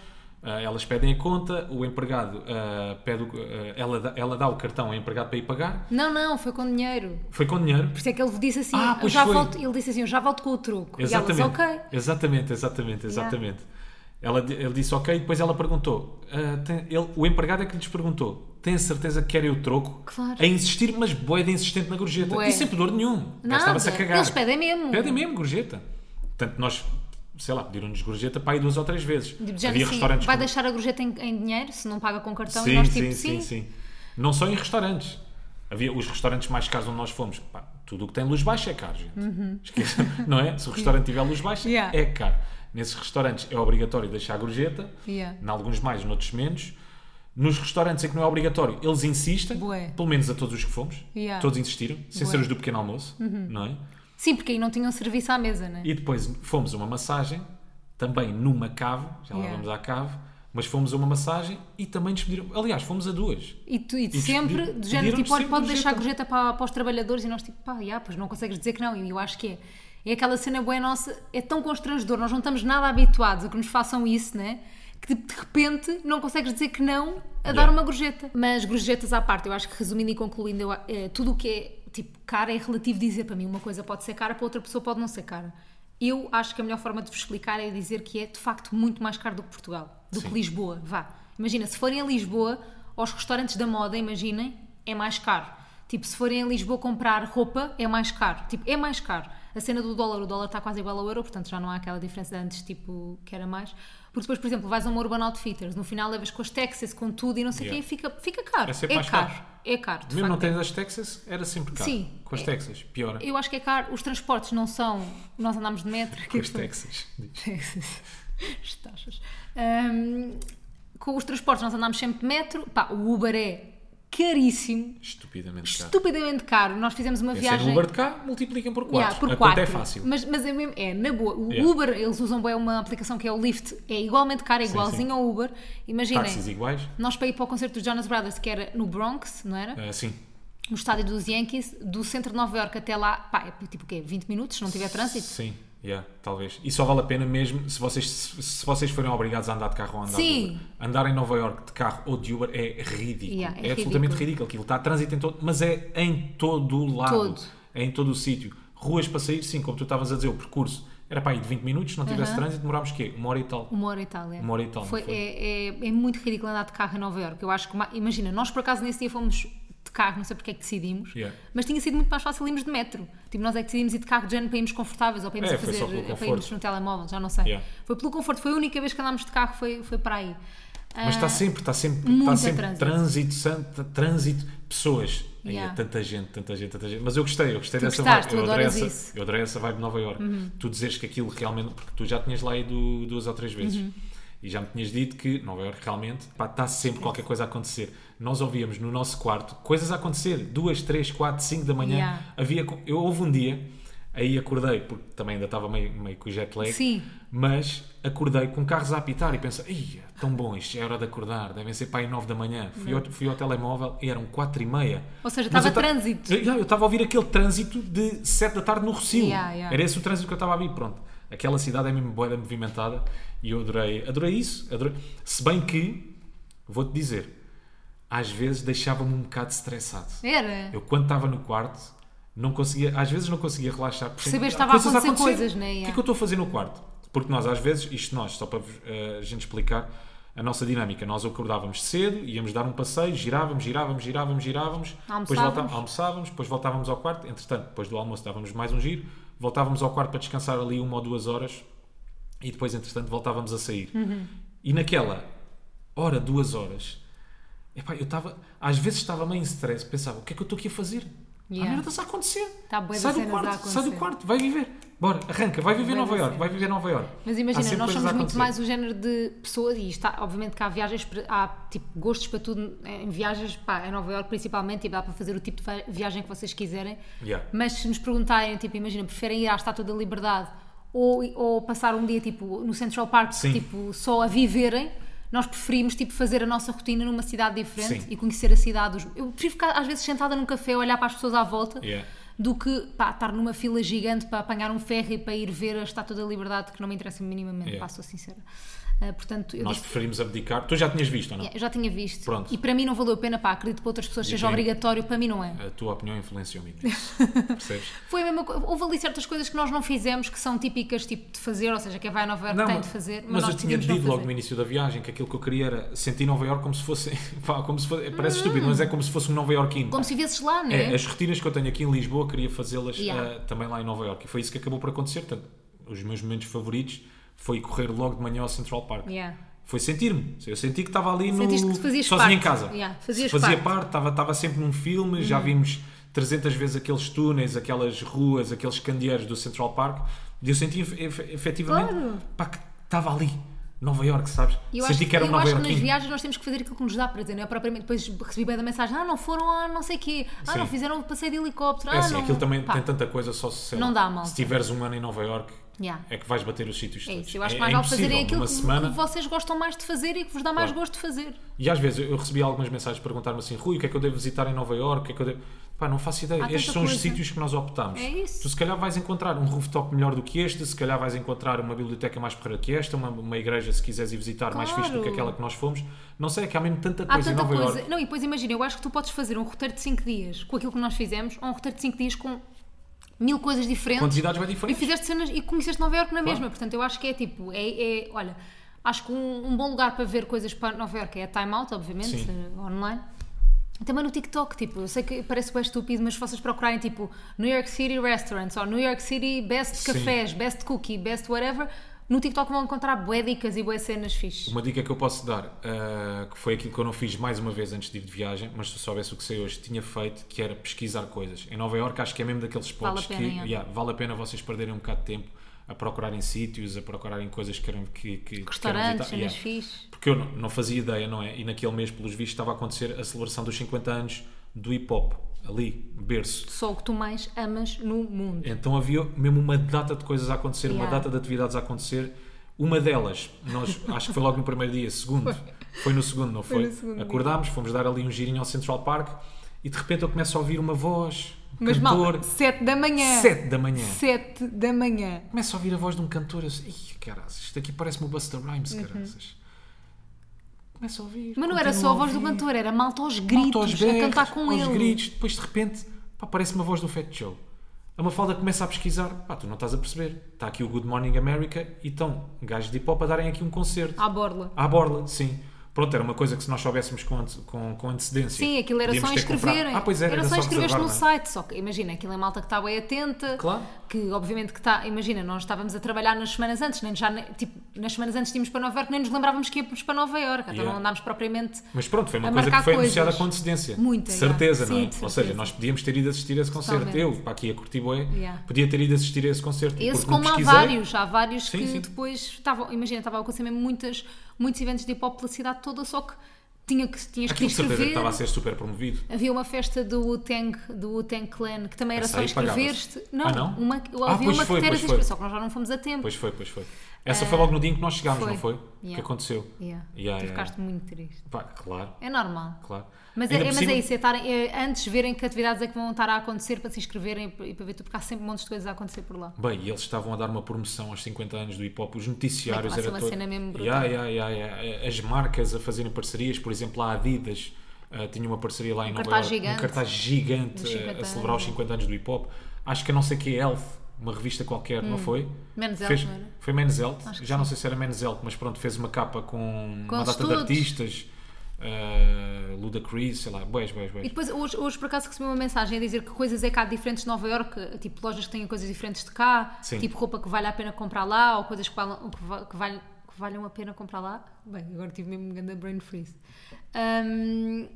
S2: ah, elas pedem a conta, o empregado ah, pede, o- ah, ela, dá- ela dá o cartão ao empregado para ir pagar.
S1: Não, não, foi com dinheiro.
S2: Foi com dinheiro.
S1: Por isso é que ele disse assim,
S2: Ah,
S1: eu
S2: pois
S1: já
S2: foi.
S1: volto, ele disse assim, eu já volto com o truco. E elas,
S2: Exatamente.
S1: ok.
S2: Exatamente, exatamente, exatamente. Ela, di- ele disse ok, depois ela perguntou. "Ah, tem- ele- o empregado é que lhes perguntou: tem certeza que querem o troco?
S1: Claro.
S2: A insistir, mas boeda insistente na gorjeta.
S1: Bué.
S2: E sem pudor nenhum.
S1: Nada.
S2: Nós estava-se a cagar.
S1: Eles pedem mesmo.
S2: Pedem mesmo gorjeta. Portanto, nós, sei lá, pediram-nos gorjeta para aí duas ou três vezes.
S1: Tipo, já
S2: Havia
S1: assim,
S2: restaurantes
S1: vai
S2: com-
S1: deixar a gorjeta em, em dinheiro se não paga com cartão e
S2: sim,
S1: nós
S2: sim,
S1: tipo sim.
S2: sim, sim. Não só em restaurantes. Havia os restaurantes mais caros onde nós fomos. Pá, tudo o que tem luz baixa é caro, gente. Esqueça, não é? Se o restaurante tiver luz baixa,
S1: Uhum. Yeah.
S2: é caro. Nesses restaurantes é obrigatório deixar a gorjeta.
S1: Yeah.
S2: Em alguns mais, noutros menos. Nos restaurantes em que não é obrigatório, eles insistem.
S1: Bué.
S2: Pelo menos a todos os que fomos.
S1: Yeah.
S2: Todos insistiram.
S1: Bué.
S2: Sem
S1: Uhum.
S2: ser os do pequeno almoço, não é?
S1: Sim, porque aí não tinham serviço à mesa, né?
S2: E depois fomos a uma massagem, também numa cave, já lá
S1: Yeah.
S2: vamos à cave, mas fomos a uma massagem e também nos pediram. Aliás, fomos a duas.
S1: E, tu, e,
S2: E
S1: sempre,
S2: despedi-
S1: do género,
S2: pediram-nos
S1: tipo, olha,
S2: sempre
S1: pode deixar a
S2: gorjeta.
S1: gorjeta para, para os trabalhadores e nós, tipo, pá, já, pois não consegues dizer que não. E eu acho que é. É aquela cena boa nossa, é tão constrangedor, nós não estamos nada habituados a que nos façam isso, né? Que de, de repente não consegues dizer que não a dar
S2: Yeah.
S1: uma gorjeta. Mas gorjetas à parte, eu acho que resumindo e concluindo, eu a- é, tudo o que é, tipo, cara é relativo dizer para mim. Uma coisa pode ser cara, para outra pessoa pode não ser cara. Eu acho que a melhor forma de vos explicar é dizer que é, de facto, muito mais caro do que Portugal, do que
S2: Sim.
S1: Lisboa. Lisboa, vá. Imagina, se forem a Lisboa, aos restaurantes da moda, imaginem, é mais caro. Tipo, se forem a Lisboa comprar roupa, é mais caro. Tipo, é mais caro. A cena do dólar, o dólar está quase igual ao euro, portanto já não há aquela diferença de antes, tipo, que era mais. Porque depois, por exemplo, vais a uma Urban Outfitters, no final levas com as Texas, com tudo e não sei o
S2: Yeah.
S1: quê, e fica, fica caro.
S2: É
S1: É,
S2: sempre mais
S1: caro.
S2: caro.
S1: É caro, de
S2: Mesmo não
S1: facto.
S2: tendo as Texas, era sempre caro.
S1: Sim.
S2: Com as
S1: É.
S2: Texas, piora.
S1: Eu acho que é caro. Os transportes não são. Nós andámos de metro.
S2: Com
S1: que
S2: as
S1: é que-
S2: Texas.
S1: Texas. As taxas. Ahm, com os transportes nós andámos sempre de metro. Pá, o Uber é caríssimo,
S2: Estupidamente caro.
S1: estupidamente caro. Nós fizemos uma
S2: Pensem
S1: viagem.
S2: no Uber de cá, multipliquem por 4.
S1: Yeah, por
S2: a
S1: quatro.
S2: conta é fácil.
S1: Mas, mas é mesmo, é, na boa. O
S2: Yeah.
S1: Uber, eles usam bem uma aplicação que é o Lyft, é igualmente caro, é igualzinho
S2: sim.
S1: ao Uber. Imaginem,
S2: Táxis iguais?
S1: nós para ir para o concerto dos Jonas Brothers, que era no Bronx, não era?
S2: Ah, sim.
S1: No estádio dos Yankees, do centro de Nova Iorque até lá, pá, é tipo o quê? 20 minutos, se não tiver trânsito?
S2: Sim, yeah, talvez. E só vale a pena mesmo se vocês, se, se vocês forem obrigados a andar de carro ou andar
S1: Sim.
S2: de Uber. Andar em Nova York de carro ou de Uber é ridículo.
S1: Yeah, é
S2: é absolutamente
S1: ridículo.
S2: ridículo. Aquilo está a trânsito em todo, mas é em todo o lado.
S1: Todo.
S2: É em todo o sítio. Ruas para sair, sim, como tu estavas a dizer, o percurso era para aí de 20 minutos, se não tivesse
S1: Aham.
S2: trânsito, demorámos quê? Uma hora e tal.
S1: Uma hora e tal, é.
S2: Uma hora e tal, não
S1: Foi-
S2: foi?
S1: É, é- é muito ridículo andar de carro em Nova Iorque. Eu acho que, ma- imagina, nós por acaso nesse dia fomos de carro, não sei porque é que decidimos,
S2: Yeah.
S1: mas tinha sido muito mais fácil irmos de metro. Tipo, nós é que decidimos ir de carro de género para irmos confortáveis ou para irmos
S2: É,
S1: a
S2: foi
S1: fazer,
S2: só pelo
S1: para
S2: conforto.
S1: irmos no telemóvel, já não sei.
S2: Yeah.
S1: Foi pelo conforto, foi a única vez que andámos de carro, foi, foi para aí. Ah,
S2: Mas está sempre, está sempre,
S1: muito
S2: está sempre
S1: trânsito.
S2: trânsito, san- trânsito, pessoas. Ai,
S1: Yeah.
S2: é tanta gente, tanta gente, tanta gente. Mas eu gostei, eu gostei
S1: Tu
S2: dessa
S1: gostaste,
S2: vibe.
S1: tu
S2: Eu adorei,
S1: adoras
S2: essa,
S1: isso. Uhum.
S2: eu adorei essa vibe de Nova Iorque. Tu dizes que aquilo realmente, porque tu já tinhas lá ido duas ou três vezes.
S1: Uhum.
S2: E já me tinhas dito que Nova Iorque realmente pá, está
S1: É.
S2: sempre qualquer coisa a acontecer. Nós ouvíamos no nosso quarto coisas a acontecer, duas, três, quatro, cinco da manhã.
S1: Yeah.
S2: Havia, co- eu houve um dia, aí acordei, porque também ainda estava meio, meio com o jet lag.
S1: Ah, Sim.
S2: Mas acordei com carros a apitar e pensei, ia, tão bom, isto é hora de acordar, devem ser para aí 9 da manhã. Fui ao, fui ao telemóvel e eram 4 e meia.
S1: Ou seja,
S2: Mas
S1: estava
S2: eu ta- Eh,
S1: trânsito.
S2: Eu, eu estava a ouvir aquele trânsito de 7 da tarde no Rocio.
S1: Yeah, yeah.
S2: Era esse o trânsito que eu estava a ouvir, pronto. Aquela cidade é mesmo boa, movimentada e eu adorei, adorei isso. Adorei. Se bem que, vou-te dizer, às vezes deixava-me um bocado estressado.
S1: Era.
S2: Eu quando estava no quarto, não conseguia, às vezes não conseguia relaxar. porque
S1: Perceber que
S2: há
S1: estava a acontecer coisas, né?
S2: O que
S1: Yeah.
S2: é que eu estou a fazer no quarto? Porque nós às vezes, isto nós, só para vos, eh, a gente explicar a nossa dinâmica, nós acordávamos cedo, íamos dar um passeio, girávamos, girávamos, girávamos, girávamos, depois
S1: Almoçávamos.
S2: voltávamos, almoçávamos, depois voltávamos ao quarto, entretanto, depois do almoço dávamos mais um giro, voltávamos ao quarto para descansar ali uma ou duas horas e depois, entretanto, voltávamos a sair.
S1: Uhum.
S2: E naquela hora, duas horas, Epá, eu estava, às vezes estava meio em stress, pensava, o que é que eu estou aqui a fazer?
S1: Yeah.
S2: Há merdas a acontecer.
S1: Tá bué de
S2: sai do
S1: cenas a
S2: quarto, sai do
S1: acontecer. Tá
S2: quarto, vai viver. Bora, arranca, vai viver
S1: Bué
S2: Nova
S1: de
S2: Iorque, vai
S1: cenas.
S2: viver Nova Iorque.
S1: Mas
S2: Há
S1: imagina,
S2: sempre
S1: nós
S2: coisas
S1: somos
S2: a
S1: muito
S2: acontecer.
S1: mais o género de pessoas e está, obviamente que há viagens, para- há tipo gostos para tudo, em viagens pá, em Nova Iorque principalmente, tipo, dá para fazer o tipo de va- viagem que vocês quiserem.
S2: Yeah.
S1: Mas se nos perguntarem, tipo, imagina, preferem ir à Estátua da Liberdade ou, ou passar um dia tipo no Central Park,
S2: Sim.
S1: tipo só a viverem, nós preferimos tipo fazer a nossa rotina numa cidade diferente
S2: Sim.
S1: e conhecer a cidade. Os- Eu prefiro ficar às vezes sentada num café, olhar para as pessoas à volta
S2: Yeah.
S1: do que pá, estar numa fila gigante para apanhar um ferro e para ir ver a Estátua da Liberdade, que não me interessa minimamente,
S2: Yeah.
S1: pá, sou sincera. Ah, portanto, eu
S2: Nós
S1: disse-
S2: preferimos abdicar. Tu já tinhas visto ou não?
S1: Yeah, eu já tinha visto.
S2: Pronto.
S1: E para mim não valeu a pena, pá, acredito que para outras pessoas seja
S2: bem.
S1: obrigatório, para mim não é.
S2: A tua opinião influenciou-me imenso. Percebes?
S1: Foi a mesma coisa. Houve ali certas coisas que nós não fizemos que são típicas tipo, de fazer, ou seja, quem vai a Nova Iorque tem
S2: mas-
S1: de fazer. Mas,
S2: Mas,
S1: nós
S2: eu tinha
S1: decidimos não
S2: dito logo no
S1: fazer.
S2: início da viagem que aquilo que eu queria era sentir Nova Iorque como se fosse. pá, como se fosse-
S1: Hum.
S2: parece estúpido, mas é como se fosse um Nova Iorquino.
S1: Como se vivesses lá, não
S2: É,
S1: é?
S2: as rotinas que eu tenho aqui em Lisboa queria fazê-las
S1: Yeah.
S2: eh, também lá em Nova Iorque e foi isso que acabou por acontecer. Portanto, os meus momentos favoritos foi correr logo de manhã ao Central Park.
S1: Yeah.
S2: Foi sentir-me. Eu senti que estava ali no...
S1: Sentiste que fazias
S2: sozinho
S1: parte.
S2: em casa.
S1: Yeah, fazias
S2: Fazia
S1: parte. Uhum.
S2: parte, estava, estava sempre num filme, já vimos 300 vezes aqueles túneis, aquelas ruas, aqueles candeeiros do Central Park e eu senti ef- ef- efetivamente
S1: Claro.
S2: pá, que estava ali. Nova Iorque, sabes?
S1: E Eu
S2: senti
S1: acho, que,
S2: que era um
S1: eu
S2: Nova
S1: acho que
S2: Iorquinho.
S1: nas viagens nós temos que fazer aquilo que nos dá prazer, não é? Propriamente depois recebi bem da mensagem, ah, não foram a não sei quê, ah,
S2: Sim.
S1: não fizeram o passeio de helicóptero, ah,
S2: É assim,
S1: não...
S2: aquilo também
S1: Pá,
S2: tem tanta coisa só se sei
S1: Não
S2: lá,
S1: dá, malta.
S2: Se tiveres um ano em Nova Iorque,
S1: Yeah.
S2: é que vais bater os sítios
S1: É
S2: todos.
S1: isso, eu acho que mais vale fazer
S2: impossível,
S1: é aquilo
S2: numa
S1: que,
S2: semana.
S1: que vocês gostam mais de fazer e que vos dá mais
S2: Claro.
S1: gosto de fazer.
S2: E às vezes eu recebi algumas mensagens a perguntar-me assim, Rui, o que é que eu devo visitar em Nova Iorque? O que é que eu devo... Pá, não faço ideia.
S1: Há tanta
S2: Estes são os
S1: coisa.
S2: sítios que nós optámos.
S1: É isso.
S2: Tu se calhar vais encontrar um rooftop melhor do que este, se calhar vais encontrar uma biblioteca mais porreira que esta, uma, uma igreja, se quiseres ir visitar, mais
S1: Claro.
S2: fixe do que aquela que nós fomos. Não sei, é que há mesmo tanta
S1: Há
S2: coisa em
S1: tanta
S2: Nova
S1: coisa.
S2: Iorque.
S1: Não, e depois imagina, eu acho que tu podes fazer um roteiro de 5 dias com aquilo que nós fizemos, ou um roteiro de 5 dias com mil coisas diferentes.
S2: Quantidades bem
S1: E
S2: diferentes.
S1: fizeste cenas e conheceste Nova Iorque na mesma. Portanto, eu acho que é tipo, é, é- olha, acho que um, um bom lugar para ver coisas para Nova Iorque é a Time Out, obviamente,
S2: Sim.
S1: eh, online. E Também no TikTok, tipo, eu sei que parece bem estúpido, mas se vocês procurarem tipo New York City Restaurants ou New York City Best
S2: Sim.
S1: Cafés, Best Cookie, Best Whatever, no TikTok vão encontrar bué dicas e bué cenas fixes.
S2: Uma dica que eu posso dar, ah, que foi aquilo que eu não fiz mais uma vez antes de ir de viagem, mas se eu soubesse o que sei hoje, tinha feito, que era pesquisar coisas. Em Nova Iorque acho que é mesmo daqueles
S1: Vale a
S2: spots
S1: pena,
S2: que
S1: é.
S2: yeah, vale a pena vocês perderem um bocado de tempo a procurarem sítios, a procurarem coisas que querem que, que que querem
S1: Restaurantes,
S2: visitar.
S1: cenas
S2: Yeah.
S1: fixes.
S2: Porque eu não, não fazia ideia, não é? E naquele mês, pelos vistos, estava a acontecer a celebração dos 50 anos do hip hop, ali, berço.
S1: Só o que tu mais amas no mundo.
S2: Então havia mesmo uma data de coisas a acontecer, uma
S1: Yeah.
S2: data de atividades a acontecer. Uma delas, nós, acho que foi logo no primeiro dia, segundo, foi, no segundo, não foi?
S1: no segundo dia.
S2: Acordámos, fomos dar ali um girinho ao Central Park e de repente eu começo a ouvir uma voz, um
S1: Mas é. mal,
S2: cantor,
S1: 7 da manhã.
S2: 7 da manhã.
S1: 7 da manhã.
S2: Começo a ouvir a voz de um cantor, eu sei, "Ih, caraças, isto aqui parece-me o Buster Rhymes, caraças. Começo a ouvir.
S1: Uhum. Mas não era
S2: continuo
S1: só a voz do
S2: ouvir.
S1: cantor, era malta aos gritos,
S2: Malta aos
S1: a
S2: berros,
S1: cantar com
S2: aos
S1: ele.
S2: gritos, depois de repente pá, aparece uma voz do Fat Joe. A Mafalda começa a pesquisar, pá, tu não estás a perceber. Está aqui o Good Morning America e estão gajos de hip hop a darem aqui um concerto.
S1: À borla.
S2: À borla, sim. Pronto, era uma coisa que se nós soubéssemos com, ante- com, com antecedência.
S1: Sim, aquilo era
S2: podíamos
S1: só
S2: ter comprado.
S1: inscreverem.
S2: Ah, pois era, era
S1: só
S2: só
S1: inscrever-se no
S2: reservar, não é?
S1: site. Só que imagina, aquilo é malta que está bem atenta.
S2: Claro.
S1: Que obviamente que está. Imagina, nós estávamos a trabalhar nas semanas antes, nem já, nem- tipo, nas semanas antes tínhamos para Nova Iorque, nem nos lembrávamos que íamos para Nova Iorque. Então
S2: Yeah.
S1: não andámos propriamente.
S2: Mas pronto, foi uma
S1: A
S2: coisa
S1: marcar
S2: que foi
S1: coisas.
S2: anunciada com antecedência.
S1: Muita,
S2: de certeza,
S1: yeah.
S2: não é?
S1: Sim, de
S2: Ou seja,
S1: certeza.
S2: nós podíamos ter ido assistir a esse concerto.
S1: Totalmente.
S2: Eu, para aqui a curtir bué,
S1: Yeah.
S2: podia ter ido assistir a esse concerto.
S1: Esse,
S2: porque não
S1: como há
S2: pesquisei.
S1: vários, há vários
S2: Sim,
S1: que
S2: sim.
S1: depois estavam. Imagina, estava a acontecer mesmo muitas, muitos eventos de hip hop pela cidade toda, só que tinha que, tinhas que te
S2: Aquilo de certeza que
S1: inscrever.
S2: estava a ser super promovido.
S1: Havia uma festa do Wu-Tang, do Wu-Tang Clan, que também era
S2: Essa
S1: só
S2: aí
S1: escrever-te.
S2: pagava-se. Ah, não?
S1: Uma, que-
S2: Ah,
S1: havia
S2: pois
S1: uma
S2: foi,
S1: que era
S2: pois
S1: escrever,
S2: foi.
S1: só que nós já não fomos a tempo.
S2: Pois foi, pois foi. Essa foi logo no dia em que nós chegámos,
S1: Ah, foi.
S2: não foi?
S1: Yeah.
S2: Que aconteceu.
S1: Yeah.
S2: Yeah,
S1: tu
S2: yeah,
S1: ficaste muito triste.
S2: Pá, claro,
S1: É normal.
S2: claro.
S1: Mas, é,
S2: Ainda
S1: é-
S2: por
S1: mas
S2: cima-
S1: é isso, é, estarem- é antes verem que atividades é que vão estar a acontecer para se inscreverem e para- e para ver tudo, porque há sempre um monte de coisas a acontecer por lá.
S2: Bem, e eles estavam a dar uma promoção aos 50 anos do hip hop, os
S1: Bem,
S2: noticiários
S1: é que vai ser
S2: era
S1: uma
S2: todo-
S1: cena mesmo brutal.
S2: Yeah, yeah, yeah, yeah. As marcas a fazerem parcerias, por exemplo, a Adidas ah, tinha uma parceria lá em Nova
S1: cartaz
S2: Iorque,
S1: gigante.
S2: um cartaz gigante eh,
S1: Dos 50
S2: a, a celebrar os 50 anos do hip hop. Acho que a não sei que é Elf, uma revista qualquer, não foi?
S1: Hum. Menos Elf,
S2: fez,
S1: não era?
S2: Foi Menos Elf, já não sei se era Menos Elf, mas pronto, fez uma capa com,
S1: Com
S2: uma
S1: eles
S2: data de
S1: todos.
S2: artistas, ah, Luda Chris, sei lá, boés, boés,
S1: E
S2: boés.
S1: depois, hoje, hoje por acaso recebi uma mensagem a dizer que coisas é que há diferentes de Nova Iorque, tipo lojas que têm coisas diferentes de cá,
S2: Sim.
S1: tipo roupa que vale a pena comprar lá ou coisas que, valam, que, va- que valham- que valham a pena comprar lá. Bem, agora tive mesmo um grande brain freeze. Hum,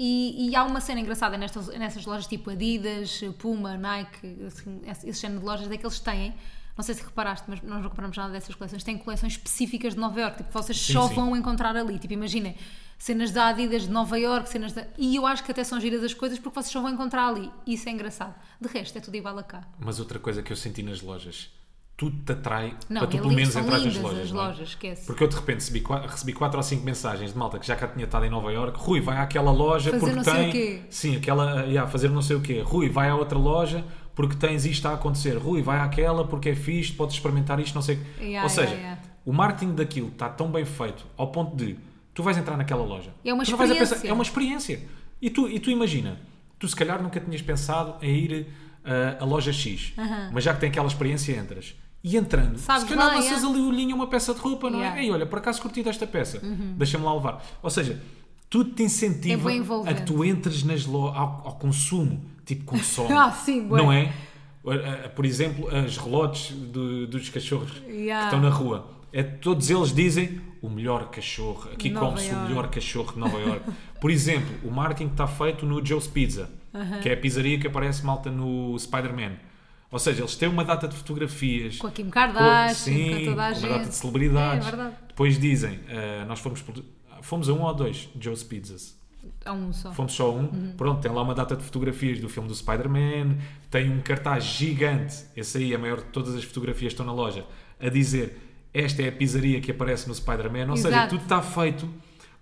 S1: e, e há uma cena engraçada nestas, nessas lojas tipo Adidas, Puma, Nike, assim, esse, esse género de lojas é que eles têm. Não sei se reparaste, mas nós não compramos nada dessas coleções. Têm coleções específicas de Nova Iorque, tipo, vocês
S2: Sim,
S1: só
S2: sim.
S1: vão vão encontrar ali. Tipo, imaginem, cenas da Adidas de Nova York, cenas da. E eu acho que até são giras as coisas porque vocês só vão encontrar ali. Isso é engraçado. De resto, é tudo igual a cá.
S2: Mas outra coisa que eu senti nas lojas, tudo te atrai
S1: Não,
S2: para tu
S1: é
S2: pelo
S1: lindo,
S2: menos
S1: são
S2: entrar nas
S1: lindas
S2: lojas.
S1: as
S2: não é?
S1: lojas, esquece.
S2: Porque eu de repente recebi, qua- recebi 4 ou 5 mensagens de malta que já cá tinha estado em Nova Iorque. Rui, vai àquela loja
S1: Fazer
S2: porque
S1: não sei
S2: tem.
S1: o quê.
S2: Sim, aquela. ah, yeah, fazer não sei o quê. Rui, vai à outra loja porque tens isto a acontecer. Rui, vai àquela porque é fixe, podes experimentar isto, não sei o quê.
S1: Yeah,
S2: Ou seja,
S1: yeah, yeah.
S2: O marketing daquilo está tão bem feito ao ponto de tu vais entrar naquela loja.
S1: É uma
S2: tu não vais a pensar-
S1: experiência.
S2: é uma experiência. E tu, e tu imagina, tu se calhar nunca tinhas pensado em ir ah, à loja X, mas já que tem aquela experiência, entras. E entrando,
S1: Sabes
S2: se calhar
S1: lá,
S2: lanças
S1: é.
S2: ali o linho a uma peça de roupa, não
S1: Yeah. Uhum.
S2: é? Ei, olha, por acaso curti desta peça, deixa-me lá levar. Ou seja, tudo te
S1: É
S2: incentiva
S1: bué
S2: a
S1: envolvente.
S2: que tu entres nas lo- ao, ao consumo, tipo consome.
S1: Ah, sim, bué.
S2: não é? Ah, ah, Por exemplo, os relotes do- dos cachorros
S1: Yeah.
S2: que estão na rua. É, todos eles dizem o melhor cachorro, aqui
S1: Nova
S2: come-se o
S1: Iorque."
S2: melhor cachorro de Nova York. Por exemplo, o marketing está feito no Joe's Pizza, que é a pizzaria que aparece malta no Spider-Man. Ou seja, eles têm uma data de fotografias.
S1: Com a Kim Kardashian,
S2: sim,
S1: com toda a
S2: uma
S1: gente.
S2: data de celebridades.
S1: É verdade.
S2: Depois dizem, ah, nós fomos, por- fomos a um ou dois Joe's Pizzas.
S1: Há um só.
S2: Fomos só um. Pronto, tem lá uma data de fotografias do filme do Spider-Man. Tem um cartaz gigante. Esse aí é a maior de todas as fotografias que estão na loja. A dizer esta é a pizzaria que aparece no Spider-Man. Ou seja,
S1: Exato.
S2: tudo está feito.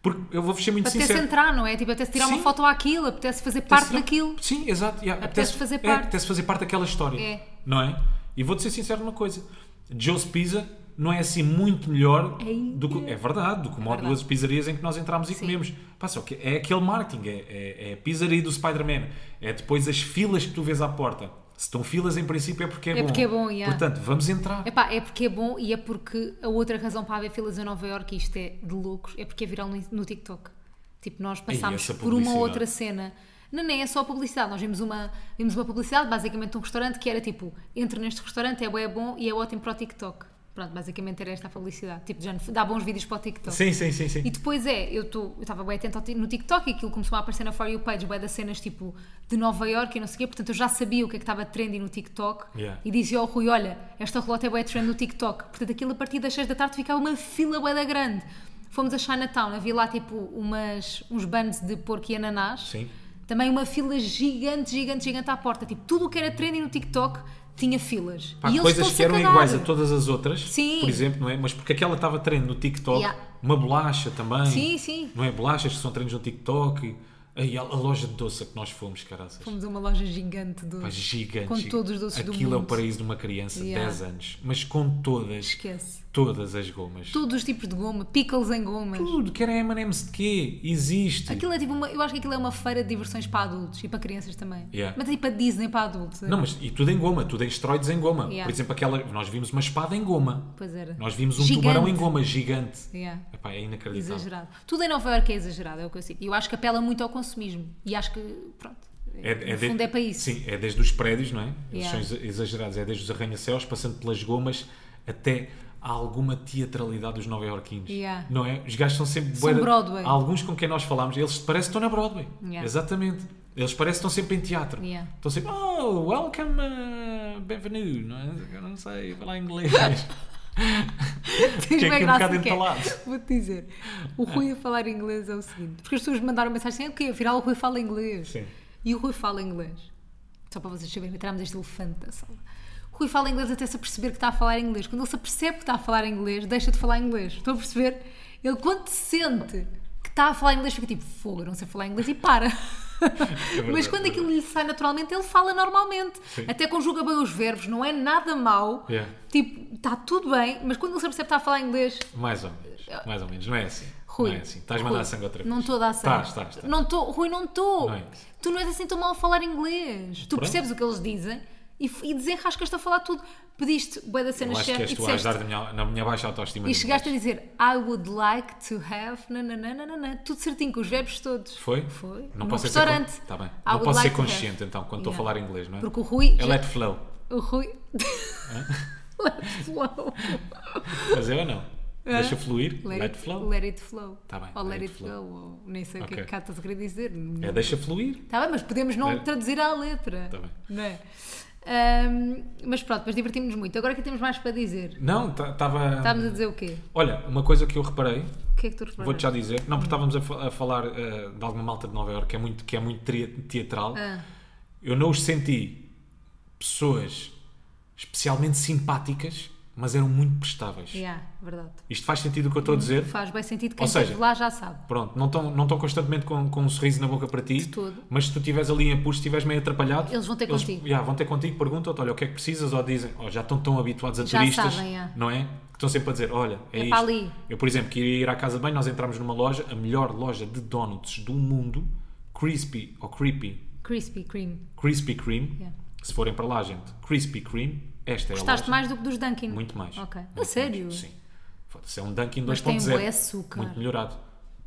S2: Porque eu vou ser muito
S1: Apetece
S2: sincero.
S1: entrar, não é? Tipo, apetece tirar uma
S2: Sim.
S1: foto àquilo, apetece fazer parte
S2: Apetece- um
S1: daquilo.
S2: Sim, exato. yeah.
S1: Apetece fazer
S2: é,
S1: parte.
S2: apetece fazer parte daquela história.
S1: É.
S2: Não é? E vou-te ser sincero numa coisa. Joe's Pizza não é assim muito melhor
S1: Ei,
S2: do que, é verdade, do que uma ou
S1: verdade.
S2: duas pizzarias em que nós entramos e comemos. Pá, só que é aquele marketing, é, é, é a pizzaria do Spider-Man, é depois as filas que tu vês à porta. Se estão filas, em princípio é porque é,
S1: É
S2: bom.
S1: porque é bom, yeah.
S2: Portanto, vamos entrar.
S1: Epá, é porque é bom e é porque a outra razão para haver filas em Nova Iorque, e isto é de loucos, é porque é viral no, no TikTok. Tipo, nós passámos
S2: essa
S1: por uma
S2: publicidade.
S1: outra cena. Não, nem é só a publicidade. Nós vimos uma, vimos uma publicidade, basicamente, de um restaurante que era tipo: entre neste restaurante, é bom, é bom e é ótimo para o TikTok. Pronto, basicamente era esta a publicidade. Tipo, já dá bons vídeos para o TikTok.
S2: Sim, sim, sim, sim.
S1: E depois é, eu tô- eu estava bem atenta ao ti- no TikTok e aquilo começou a aparecer na For You page, bué das cenas tipo de Nova York e não sei o quê, portanto eu já sabia o que é que estava trendy no TikTok
S2: Yeah.
S1: e dizia ao Rui, olha, esta relota é bué trend no TikTok, portanto aquilo a partir das 6 da tarde ficava uma fila bué da grande. Fomos a Chinatown, havia lá tipo umas, uns bandes de porco e ananás,
S2: Sim.
S1: também uma fila gigante, gigante, gigante à porta, tipo tudo o que era trendy no TikTok tinha filas.
S2: Pá,
S1: e eles
S2: coisas
S1: estão-se
S2: que eram
S1: cagar.
S2: iguais a todas as outras,
S1: Sim.
S2: por exemplo, não é? Mas porque aquela estava trend no TikTok,
S1: Yeah.
S2: uma bolacha também.
S1: Sim, sim.
S2: Não é? Bolachas que são treinos no TikTok. Aí a, a loja de doce a que nós fomos, caraças.
S1: Fomos a uma loja gigante de
S2: Pá, gigante.
S1: Com
S2: gigante.
S1: todos os doces do
S2: Aquilo é o
S1: mundo.
S2: paraíso de uma criança de
S1: Yeah.
S2: 10 anos. Mas com todas,
S1: Esquece.
S2: todas as gomas.
S1: todos os tipos de goma, pickles em gomas.
S2: Tudo. Querem M&M's de quê? Existe.
S1: Aquilo é tipo uma, eu acho que aquilo é uma feira de diversões para adultos e para crianças também.
S2: Yeah.
S1: Mas é tipo a Disney para adultos. é?
S2: Não, mas e tudo em goma. Tudo em esteroides em goma.
S1: Yeah.
S2: Por exemplo, aquela... Nós vimos uma espada em goma.
S1: Pois era.
S2: Nós vimos um
S1: Gigante.
S2: tubarão em goma gigante.
S1: Yeah.
S2: Epá, é inacreditável.
S1: Exagerado. Tudo em Nova Iorque é exagerado, é o que eu sinto. E eu acho que apela muito ao consumismo. E acho que, pronto,
S2: É, é
S1: no
S2: de-
S1: fundo é para isso.
S2: Sim, é desde os prédios, não é? Eles
S1: Yeah.
S2: são exa- exagerados. É desde os arranha-céus, passando pelas gomas, até há alguma teatralidade dos nova-iorquinos.
S1: Yeah.
S2: Não é? Os gajos são sempre...
S1: São
S2: bué-
S1: Broadway.
S2: Há alguns com quem nós falámos, eles parecem que estão na Broadway.
S1: Yeah.
S2: Exatamente. Eles parecem que estão sempre em teatro.
S1: Yeah.
S2: Estão sempre... Oh, welcome, uh, bienvenue. Não é? Eu não sei falar inglês. Fiquei
S1: Tens bem
S2: aqui um
S1: graça
S2: bocado
S1: que é.
S2: entalado.
S1: Vou-te dizer, o Rui a falar inglês é o seguinte: porque as pessoas me mandaram mensagem assim, ok, afinal o Rui fala inglês.
S2: Sim.
S1: E o Rui fala inglês. Só para vocês saberem, tirámos este elefante da sala. O Rui fala inglês até se aperceber que está a falar inglês. Quando ele se apercebe que está a falar inglês, deixa de falar inglês. Estão a perceber? Ele, quando se sente que está a falar inglês, fica tipo, fogo, eu não sei falar inglês e para. Mas
S2: É verdade,
S1: quando
S2: é
S1: aquilo lhe sai naturalmente, ele fala normalmente. Até conjuga bem os verbos, não é nada mau.
S2: Yeah.
S1: Tipo, está tudo bem, mas quando ele se apercebe que está a falar inglês,
S2: Mais ou menos. Mais ou menos. Não é assim.
S1: Rui.
S2: Não é assim. Estás-me a dar
S1: Rui,
S2: sangue outra vez.
S1: Não estou a dar sangue.
S2: Estás, estás, estás.
S1: Não estou, Rui, não estou.
S2: Não é isso.
S1: tu não és assim tão mal a falar inglês. Tu percebes o que eles dizem e, f- e desenrascas-te a falar tudo. Pediste bué da
S2: Eu
S1: cena
S2: acho que
S1: chefe e
S2: és tu a ajudar
S1: é disseste...
S2: na minha, na minha baixa autoestima.
S1: E
S2: de
S1: chegaste a dizer I would like to have nananana, tudo certinho, com os verbos todos.
S2: Foi?
S1: Foi.
S2: Não
S1: Num
S2: posso
S1: restaurante.
S2: Ser, con- tá bem.
S1: I
S2: Não
S1: would
S2: posso
S1: like
S2: ser
S1: to have.
S2: consciente então quando estou a
S1: Yeah.
S2: falar inglês, não é?
S1: Porque o Rui.
S2: É
S1: já-
S2: let flow.
S1: O Rui. let flow.
S2: Mas é ou não? Deixa fluir. Let,
S1: it,
S2: flow.
S1: Let it flow.
S2: Tá bem,
S1: Ou let, it flow. ou nem sei o que é
S2: Ok.
S1: que cá estás a querer dizer.
S2: É deixa fluir.
S1: Está Tá bem, mas podemos não
S2: Né?
S1: traduzir à letra.
S2: Tá bem.
S1: Não é? Ahm, mas pronto, mas divertimos-nos muito. Agora o que temos mais para dizer?
S2: Não, estava.
S1: Estávamos a dizer o quê?
S2: Olha, uma coisa que eu reparei,
S1: O que é que tu
S2: vou-te
S1: reparaste?
S2: já dizer. Não, porque estávamos a, fa- a falar eh, de alguma malta de Nova Iorque que é muito, que é muito tri- teatral.
S1: Ah.
S2: Eu não os senti pessoas especialmente simpáticas, mas eram muito prestáveis.
S1: Yeah, verdade.
S2: Isto faz sentido o que eu estou a dizer?
S1: Faz bem sentido quem
S2: Ou seja,
S1: esteve lá já sabe.
S2: Pronto, não estão não estão constantemente com, com um sorriso na boca para ti,
S1: todo.
S2: mas se tu estiveres ali em puxo, estiveres meio atrapalhado,
S1: Eles vão ter contigo.
S2: já, vão ter contigo, perguntam-te, olha, o que é que precisas? Ou dizem, "Oh, já estão tão habituados a
S1: Já
S2: turistas,
S1: sabem, é.
S2: não é? Que estão sempre a dizer, olha, é,
S1: É
S2: isto.
S1: para ali.
S2: Eu, por exemplo, queria ir à casa de banho, nós entramos numa loja, a melhor loja de donuts do mundo, Crispy ou Creepy,
S1: Crispy Cream.
S2: Krispy Kreme,
S1: Yeah.
S2: se forem para lá, gente, Krispy Kreme, esta é a
S1: Gostaste
S2: loja.
S1: mais do que dos Dunkin?
S2: Muito mais.
S1: Ok.
S2: Muito
S1: a
S2: mais.
S1: sério?
S2: Sim. Foda-se, é um Dunkin
S1: Mas tem
S2: 2.0.
S1: bué açúcar.
S2: Muito melhorado.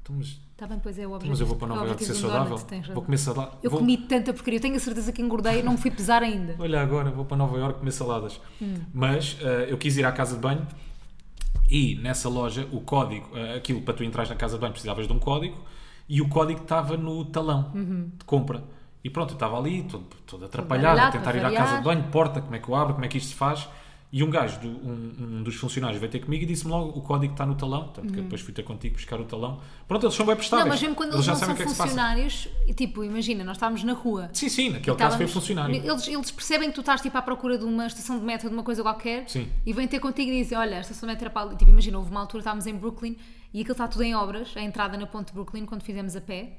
S2: Então, mas,
S1: Está bem, pois é o objetivo.
S2: Então, mas eu vou para Nova
S1: o
S2: Iorque ser
S1: objetivo de um
S2: saudável.
S1: donut, tens razão.
S2: vou comer salada.
S1: Eu
S2: vou...
S1: comi tanta porcaria. Eu tenho a certeza que engordei e não me fui pesar ainda.
S2: Olha agora, vou para Nova Iorque comer saladas.
S1: Hum.
S2: Mas eh, eu quis ir à casa de banho e nessa loja o código, eh, aquilo para tu entrares na casa de banho precisavas de um código e o código estava no talão de compra. E pronto, eu estava ali, todo, todo atrapalhado, a
S1: Uhum. baralhado,
S2: tentar
S1: a
S2: ir à
S1: variar.
S2: casa de banho, porta, como é que eu abro, como é que isto se faz. E um gajo, do- um, um dos funcionários veio ter comigo e disse-me logo o código está no talão, tanto que eu depois fui ter contigo buscar o talão. Pronto, eles são bem prestáveis.
S1: Uhum. Não, mas mesmo quando eles,
S2: já
S1: não são
S2: sabem o que é que se passa.
S1: funcionários, e, tipo, imagina, nós estávamos na rua.
S2: Sim, sim, naquele caso foi
S1: Estávamos-
S2: funcionário.
S1: Eles, eles percebem que tu estás tipo, à procura de uma estação de metro, de uma coisa qualquer,
S2: Sim.
S1: e vêm ter contigo e dizem: Olha, a estação de metro é para ali. Tipo, imagina, houve uma altura, estávamos em Brooklyn e aquilo está tudo em obras, a entrada na ponte de Brooklyn, quando fizemos a pé,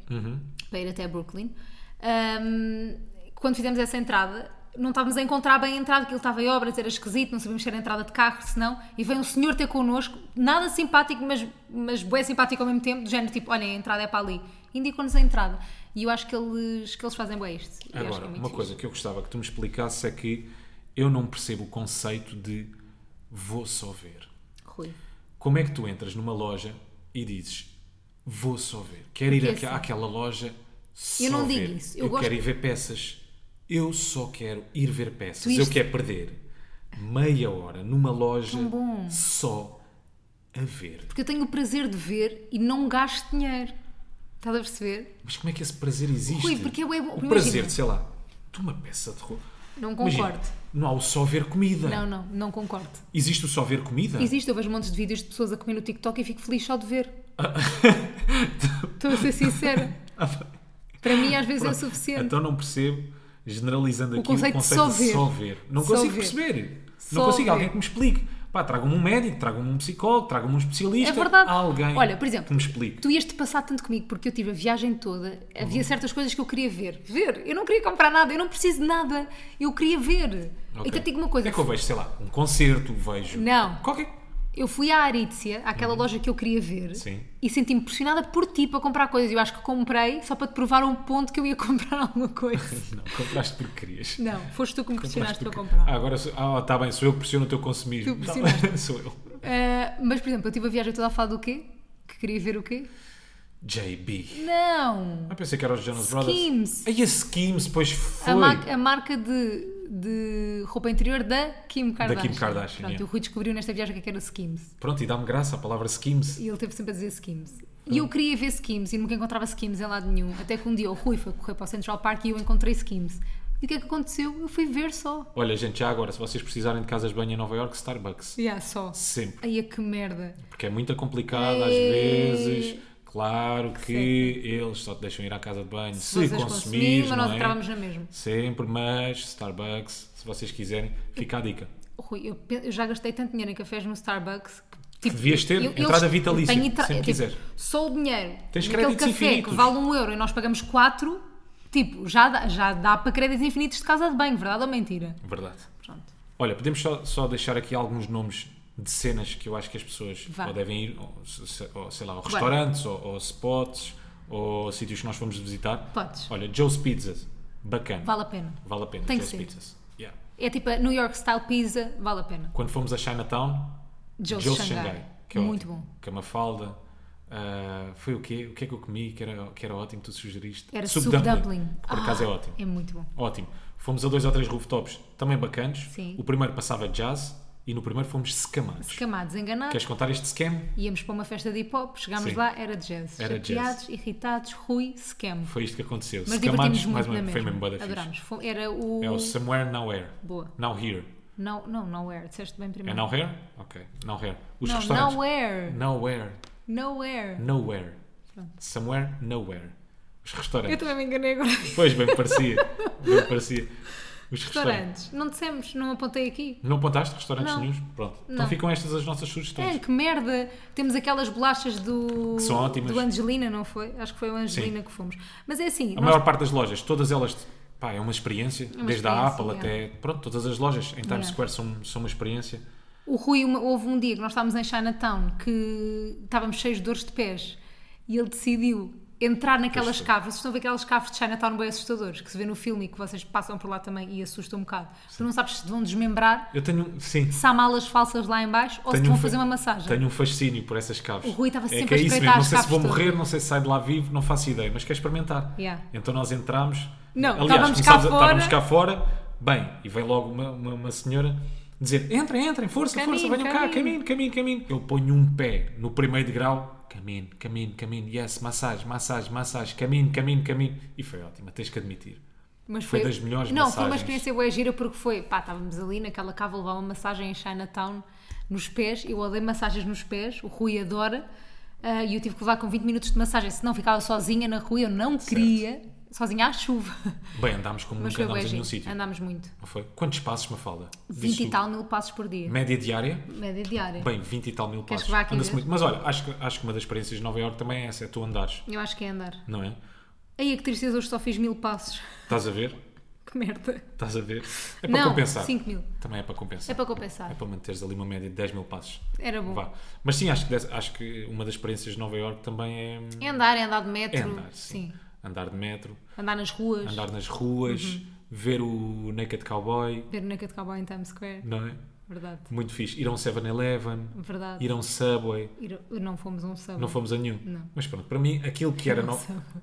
S1: para ir até Brooklyn. Ahm, quando fizemos essa entrada, não estávamos a encontrar bem a entrada, aquilo estava em obras, era esquisito, não sabíamos se era entrada de carro, se não, e vem um senhor ter connosco, nada simpático, mas, mas bem simpático ao mesmo tempo, do género tipo: Olha, a entrada é para ali. Indicam-nos a entrada. E eu acho que eles, que eles fazem bem isto. Eu acho que
S2: Agora,
S1: é muito
S2: uma
S1: fixe.
S2: coisa que eu gostava que tu me explicasses é que eu não percebo o conceito de vou só ver.
S1: Rui.
S2: Como é que tu entras numa loja e dizes vou só ver? Quero ir
S1: Porque
S2: àque-
S1: assim,
S2: àquela loja só
S1: eu não
S2: ver.
S1: digo isso. Eu gosto-
S2: quero ir ver peças. Eu só quero ir ver peças.
S1: Tu
S2: Eu
S1: isto-
S2: quero perder meia hora numa loja
S1: Tão bom.
S2: só a ver.
S1: Porque eu tenho o prazer de ver e não gasto dinheiro. Estás a perceber?
S2: Mas como é que esse prazer existe?
S1: Rui, porque é bué bom.
S2: o
S1: Imagina.
S2: prazer de, sei lá, de uma peça de roupa.
S1: Não
S2: Imagina,
S1: concordo.
S2: não há o só ver comida.
S1: Não, não, não concordo.
S2: Existe o só ver comida?
S1: Existe, eu vejo montes de vídeos de pessoas a comer no TikTok e fico feliz só de ver. Estou a ser sincera. Para mim, às vezes, é suficiente.
S2: Ah, Então não percebo, generalizando
S1: O
S2: aqui,
S1: conceito de
S2: o conceito
S1: só
S2: de
S1: ver.
S2: só ver. Não
S1: Só
S2: consigo
S1: ver.
S2: perceber.
S1: Só
S2: não consigo
S1: ver.
S2: alguém que me explique. Pá, traga-me um médico, traga-me um psicólogo, traga-me um especialista.
S1: É verdade.
S2: Alguém
S1: Olha, por exemplo,
S2: que me explique.
S1: Tu ias-te passar tanto comigo porque eu tive a viagem toda,
S2: Uhum.
S1: havia certas coisas que eu queria ver. Ver! Eu não queria comprar nada, eu não preciso de nada, eu queria ver.
S2: Ok.
S1: Então, digo uma coisa:
S2: É que eu vejo, sei lá, um concerto, vejo.
S1: Não.
S2: Qualquer.
S1: Eu fui à Aritzia, àquela loja que eu queria ver,
S2: Uhum. Sim.
S1: e senti-me pressionada por ti para comprar coisas. Eu acho que comprei só para te provar um ponto que eu ia comprar alguma coisa.
S2: Não, compraste porque querias.
S1: Não, foste tu que me pressionaste para
S2: Compraste porque-
S1: comprar.
S2: Ah, agora sou- ah, tá bem, sou eu que pressiono o teu consumismo.
S1: Tu
S2: Tá bem, sou eu.
S1: Ah, mas, por exemplo, eu tive a viagem toda a falar do quê? Que queria ver o quê?
S2: JB.
S1: Não!
S2: Ah, pensei que era os Jonas
S1: Skims.
S2: Brothers. Aí a Skims, pois foi.
S1: A, mar- a marca de, de roupa interior da Kim Kardashian.
S2: Kim Kardashian,
S1: Pronto,
S2: yeah.
S1: o Rui descobriu nesta viagem que era Skims.
S2: Pronto, e dá-me graça a palavra Skims.
S1: E ele teve sempre a dizer Skims. E eu queria ver Skims e nunca encontrava Skims em lado nenhum. Até que um dia o Rui foi correr para o Central Park e eu encontrei Skims. E o que é que aconteceu? Eu fui ver só.
S2: Olha, gente, já agora, se vocês precisarem de casas de banho em Nova York, Starbucks.
S1: Yeah, só.
S2: Sempre.
S1: Ai, é que merda.
S2: Porque é muito complicado às
S1: Ei.
S2: vezes. Claro que eles só te deixam ir à casa de banho se,
S1: Vocês
S2: consumir,
S1: mas
S2: não
S1: nós
S2: é?
S1: entrávamos na mesma.
S2: Sempre, mas Starbucks, se vocês quiserem, fica a dica.
S1: Rui, eu, pe- eu já gastei tanto dinheiro em cafés no Starbucks que. Tipo,
S2: Devias ter
S1: eu-
S2: entrada
S1: eles-
S2: vitalícia,
S1: tenho entra-
S2: sempre quiser.
S1: Só o dinheiro.
S2: Tens
S1: daquele
S2: créditos
S1: café
S2: infinitos.
S1: que vale um euro e nós pagamos 4, tipo, já dá, já dá para créditos infinitos de casa de banho, verdade ou mentira?
S2: Verdade.
S1: Pronto.
S2: Olha, podemos só, só deixar aqui alguns nomes de cenas que eu acho que as pessoas
S1: Vá.
S2: ou devem ir, ou, se- se- ou, sei lá, ou restaurantes, ou, ou spots, ou sítios que nós fomos visitar.
S1: Podes.
S2: Olha, Joe's Pizzas, bacana.
S1: Vale a pena.
S2: Vale a pena,
S1: Tem que
S2: Joe's
S1: ser.
S2: Pizzas. Yeah.
S1: É tipo a New York Style Pizza, vale a pena.
S2: Quando fomos a Chinatown,
S1: Joe's
S2: Joe's
S1: Shanghai.
S2: Shanghai, que é
S1: Muito
S2: ótimo.
S1: bom.
S2: Que é uma falda. Ah, foi o quê? O que é que eu comi que era, que era ótimo? Tu sugeriste?
S1: Era
S2: Soup
S1: soup dumpling.
S2: que Por acaso
S1: Ah,
S2: é ótimo.
S1: É muito bom.
S2: Ótimo. Fomos a dois ou três rooftops também bacanas.
S1: Sim.
S2: O primeiro passava jazz e no primeiro fomos scamados.
S1: Escamados, enganados.
S2: Queres contar este scam?
S1: Íamos para uma festa de hip hop, chegámos
S2: Sim.
S1: lá, era jazz.
S2: Era
S1: Chateados, irritados, Rui, scam.
S2: Foi isto que aconteceu.
S1: Mas
S2: Scamados,
S1: divertimos muito na
S2: uma vez,
S1: mesma.
S2: foi mesmo bué da fixe.
S1: Adorámos. Fo- Era o.
S2: É o Somewhere Nowhere.
S1: Boa.
S2: Now Here.
S1: Não, não, nowhere. Disseste bem
S2: É
S1: primeiro.
S2: Now Here? Ok. Now Here. Os
S1: não,
S2: restaurantes.
S1: nowhere.
S2: Nowhere.
S1: Nowhere.
S2: Nowhere. Somewhere Nowhere. Os
S1: Eu
S2: restaurantes.
S1: também me enganei agora.
S2: Pois, bem me parecia. bem me parecia. Os
S1: Restaurantes. Não dissemos, não apontei aqui.
S2: Não apontaste restaurantes
S1: Não.
S2: nenhum? Pronto. Então
S1: Não.
S2: ficam estas as nossas sugestões.
S1: É, que merda! Temos aquelas bolachas do.
S2: Que são ótimas.
S1: Do Angelina, não foi? Acho que foi o Angelina
S2: Sim.
S1: que fomos. Mas é assim,
S2: A
S1: nós-
S2: maior parte das lojas, todas elas, pá, é uma experiência, desde
S1: experiência,
S2: a Apple
S1: é.
S2: até, pronto, todas as lojas em Times
S1: É.
S2: Square são, são uma experiência.
S1: o Rui, uma- houve um dia que nós estávamos em Chinatown que estávamos cheios de dores de pés e ele decidiu entrar naquelas
S2: Pois foi.
S1: cavras. Estão a ver aquelas cavras de Chinatown bem assustadoras que se vê no filme e que vocês passam por lá também e assustam um bocado. Tu não sabes se te vão desmembrar,
S2: Eu tenho, um- sim,
S1: se há malas falsas lá em baixo ou se
S2: Tenho
S1: te vão
S2: um fa-
S1: fazer uma massagem.
S2: tenho um fascínio por essas caves.
S1: O
S2: É
S1: Rui estava sempre
S2: que
S1: a espreitar
S2: Não
S1: as
S2: sei se
S1: caves
S2: vou morrer,
S1: todas.
S2: não sei se saio de lá vivo, não faço ideia, mas quero experimentar.
S1: Yeah.
S2: Então nós entramos,
S1: Não,
S2: aliás,
S1: estávamos cá
S2: começámos a-
S1: fora.
S2: estávamos cá fora, bem, e vem logo uma, uma, uma senhora dizer: entrem, entrem, força,
S1: Caminho,
S2: força, venham cá,
S1: caminho."
S2: caminho, caminho, caminho. Eu ponho um pé no primeiro degrau. Caminho, caminho, caminho, yes, massagem, massagem, massagem, caminho, caminho, caminho. E foi ótimo, tens que admitir.
S1: Mas
S2: Foi das melhores
S1: Não, foi uma
S2: massagens.
S1: experiência boa gira porque foi, pá, estávamos ali naquela cava a levar uma massagem em Chinatown nos pés. Eu odeio massagens nos pés, o Rui adora. ah, E eu tive que levar com 20 minutos de massagem, senão ficava sozinha na rua, eu não queria, sozinha à chuva.
S2: Bem, andámos como
S1: Mas
S2: nunca
S1: foi
S2: andámos
S1: bué
S2: em nenhum
S1: giro,
S2: sítio.
S1: andámos muito.
S2: Não foi? Quantos passos me falta?
S1: 20 e tal mil passos por dia,
S2: Média diária?
S1: média diária.
S2: Bem, 20 e tal mil
S1: Queres
S2: passos.
S1: que vá aqui
S2: Anda-se
S1: ver?
S2: muito. Mas olha, acho que, acho que uma das experiências de Nova Iorque também é essa, é tu andares,
S1: Eu acho que é andar.
S2: não é?
S1: Aí é que tristeza, hoje só fiz mil passos.
S2: Estás a ver?
S1: Que merda.
S2: Estás a ver? É para
S1: não,
S2: compensar.
S1: 5 mil.
S2: Também é para compensar.
S1: É para compensar.
S2: É para manteres ali uma média de 10 mil passos.
S1: Era bom.
S2: Vá. Mas sim, acho que, dessa- acho que uma das experiências de Nova Iorque também é,
S1: É andar, é andar de
S2: é
S1: metro.
S2: andar, sim. Andar de metro,
S1: Andar nas ruas,
S2: andar nas ruas,
S1: Uhum.
S2: ver o Naked Cowboy,
S1: ver o Naked Cowboy em Times Square.
S2: não é?
S1: Verdade,
S2: Muito fixe. Ir a um 7-Eleven,
S1: verdade.
S2: ir a um Subway.
S1: Ir- Não fomos a um sub.
S2: Não fomos a nenhum. Mas pronto, para mim, aquilo que era no...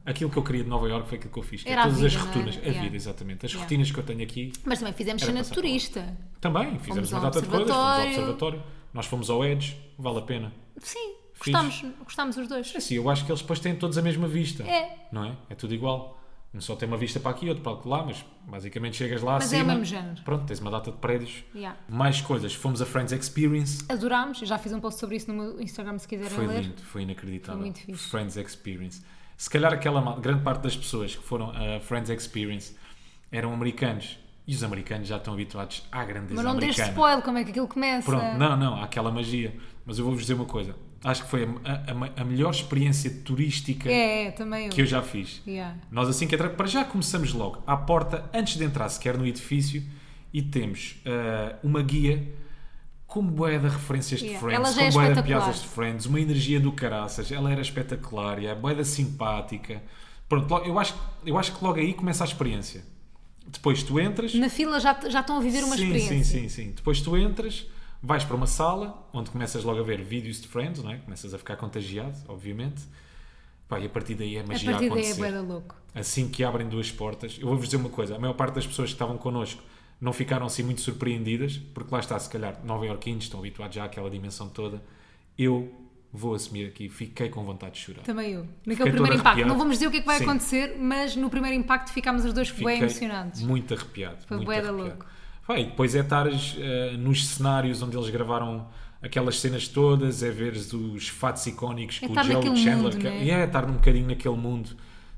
S2: aquilo que eu queria de Nova Iorque foi aquilo que eu fiz. que é
S1: Era a
S2: todas
S1: vida,
S2: as
S1: não é?
S2: rotinas, a
S1: Yeah.
S2: vida, exatamente. As
S1: Yeah.
S2: rotinas que eu tenho aqui
S1: Mas também fizemos
S2: Era
S1: cena de
S2: passar por lá.
S1: turista.
S2: também. Fizemos
S1: Fomos
S2: uma
S1: ao
S2: data de coisas, fomos ao
S1: observatório.
S2: observatório, nós fomos ao Edge, vale a pena.
S1: Sim,
S2: Fiz.
S1: gostámos, gostámos os dois.
S2: Assim, eu acho que eles depois têm todos a mesma vista.
S1: É.
S2: Não é? É tudo igual. Um só tem uma vista para aqui, outro para lá, mas basicamente chegas lá
S1: Mas é o
S2: acima.
S1: mesmo género.
S2: Pronto, tens uma data de prédios.
S1: Yeah.
S2: Mais coisas. Fomos a Friends Experience.
S1: Adorámos, eu já fiz um post sobre isso no meu Instagram se quiserem
S2: Foi
S1: ler.
S2: lindo, foi inacreditável.
S1: Foi muito fixe.
S2: Friends Experience. Se calhar aquela mal- grande parte das pessoas que foram a Friends Experience eram americanos. E os americanos já estão habituados à grandeza
S1: Mas não deixes
S2: americana.
S1: spoiler como é que aquilo começa.
S2: Pronto, não, não, há aquela magia. Mas eu vou-vos dizer uma coisa. Acho que foi a, a- a melhor experiência turística
S1: É, é, também eu.
S2: que eu já fiz.
S1: Yeah.
S2: Nós assim que entramos, para já começamos logo à porta, antes de entrar sequer no edifício, e temos ah, uma guia com bué de referências de
S1: Yeah. Ela
S2: Friends,
S1: já é
S2: com bué de
S1: espetacular.
S2: piadas de Friends, uma energia do caraças, ela era espetacular, e é bué da simpática. Pronto, logo- eu acho, eu acho que logo aí começa a experiência. Depois tu entras...
S1: Na fila já, já estão a viver uma
S2: sim,
S1: experiência.
S2: sim, sim, sim. Depois tu entras, vais para uma sala, onde começas logo a ver vídeos de Friends, não é? Começas a ficar contagiado, obviamente. Pá, e a partir daí é
S1: A
S2: magia
S1: partir daí é
S2: acontecer
S1: bué da louco.
S2: assim que abrem duas portas, eu vou-vos dizer uma coisa: a maior parte das pessoas que estavam connosco não ficaram assim muito surpreendidas, porque lá está, se calhar, nova iorquinos estão habituados já àquela dimensão toda. Eu vou assumir aqui, fiquei com vontade de chorar.
S1: Também eu. Naquele
S2: todo
S1: primeiro impacto.
S2: arrepiado.
S1: Não vamos dizer o que é que vai
S2: Sim.
S1: acontecer, mas no primeiro impacto ficámos os dois
S2: Fiquei
S1: bem emocionados.
S2: Muito arrepiado.
S1: Foi
S2: muito
S1: bué da
S2: arrepiado.
S1: louco.
S2: Pá, e depois é estares eh, nos cenários onde eles gravaram aquelas cenas todas, é veres os fatos icónicos
S1: É
S2: que o
S1: estar
S2: Joe
S1: naquele
S2: Chandler.
S1: mundo,
S2: ca-
S1: né?
S2: E é estar um bocadinho naquele mundo.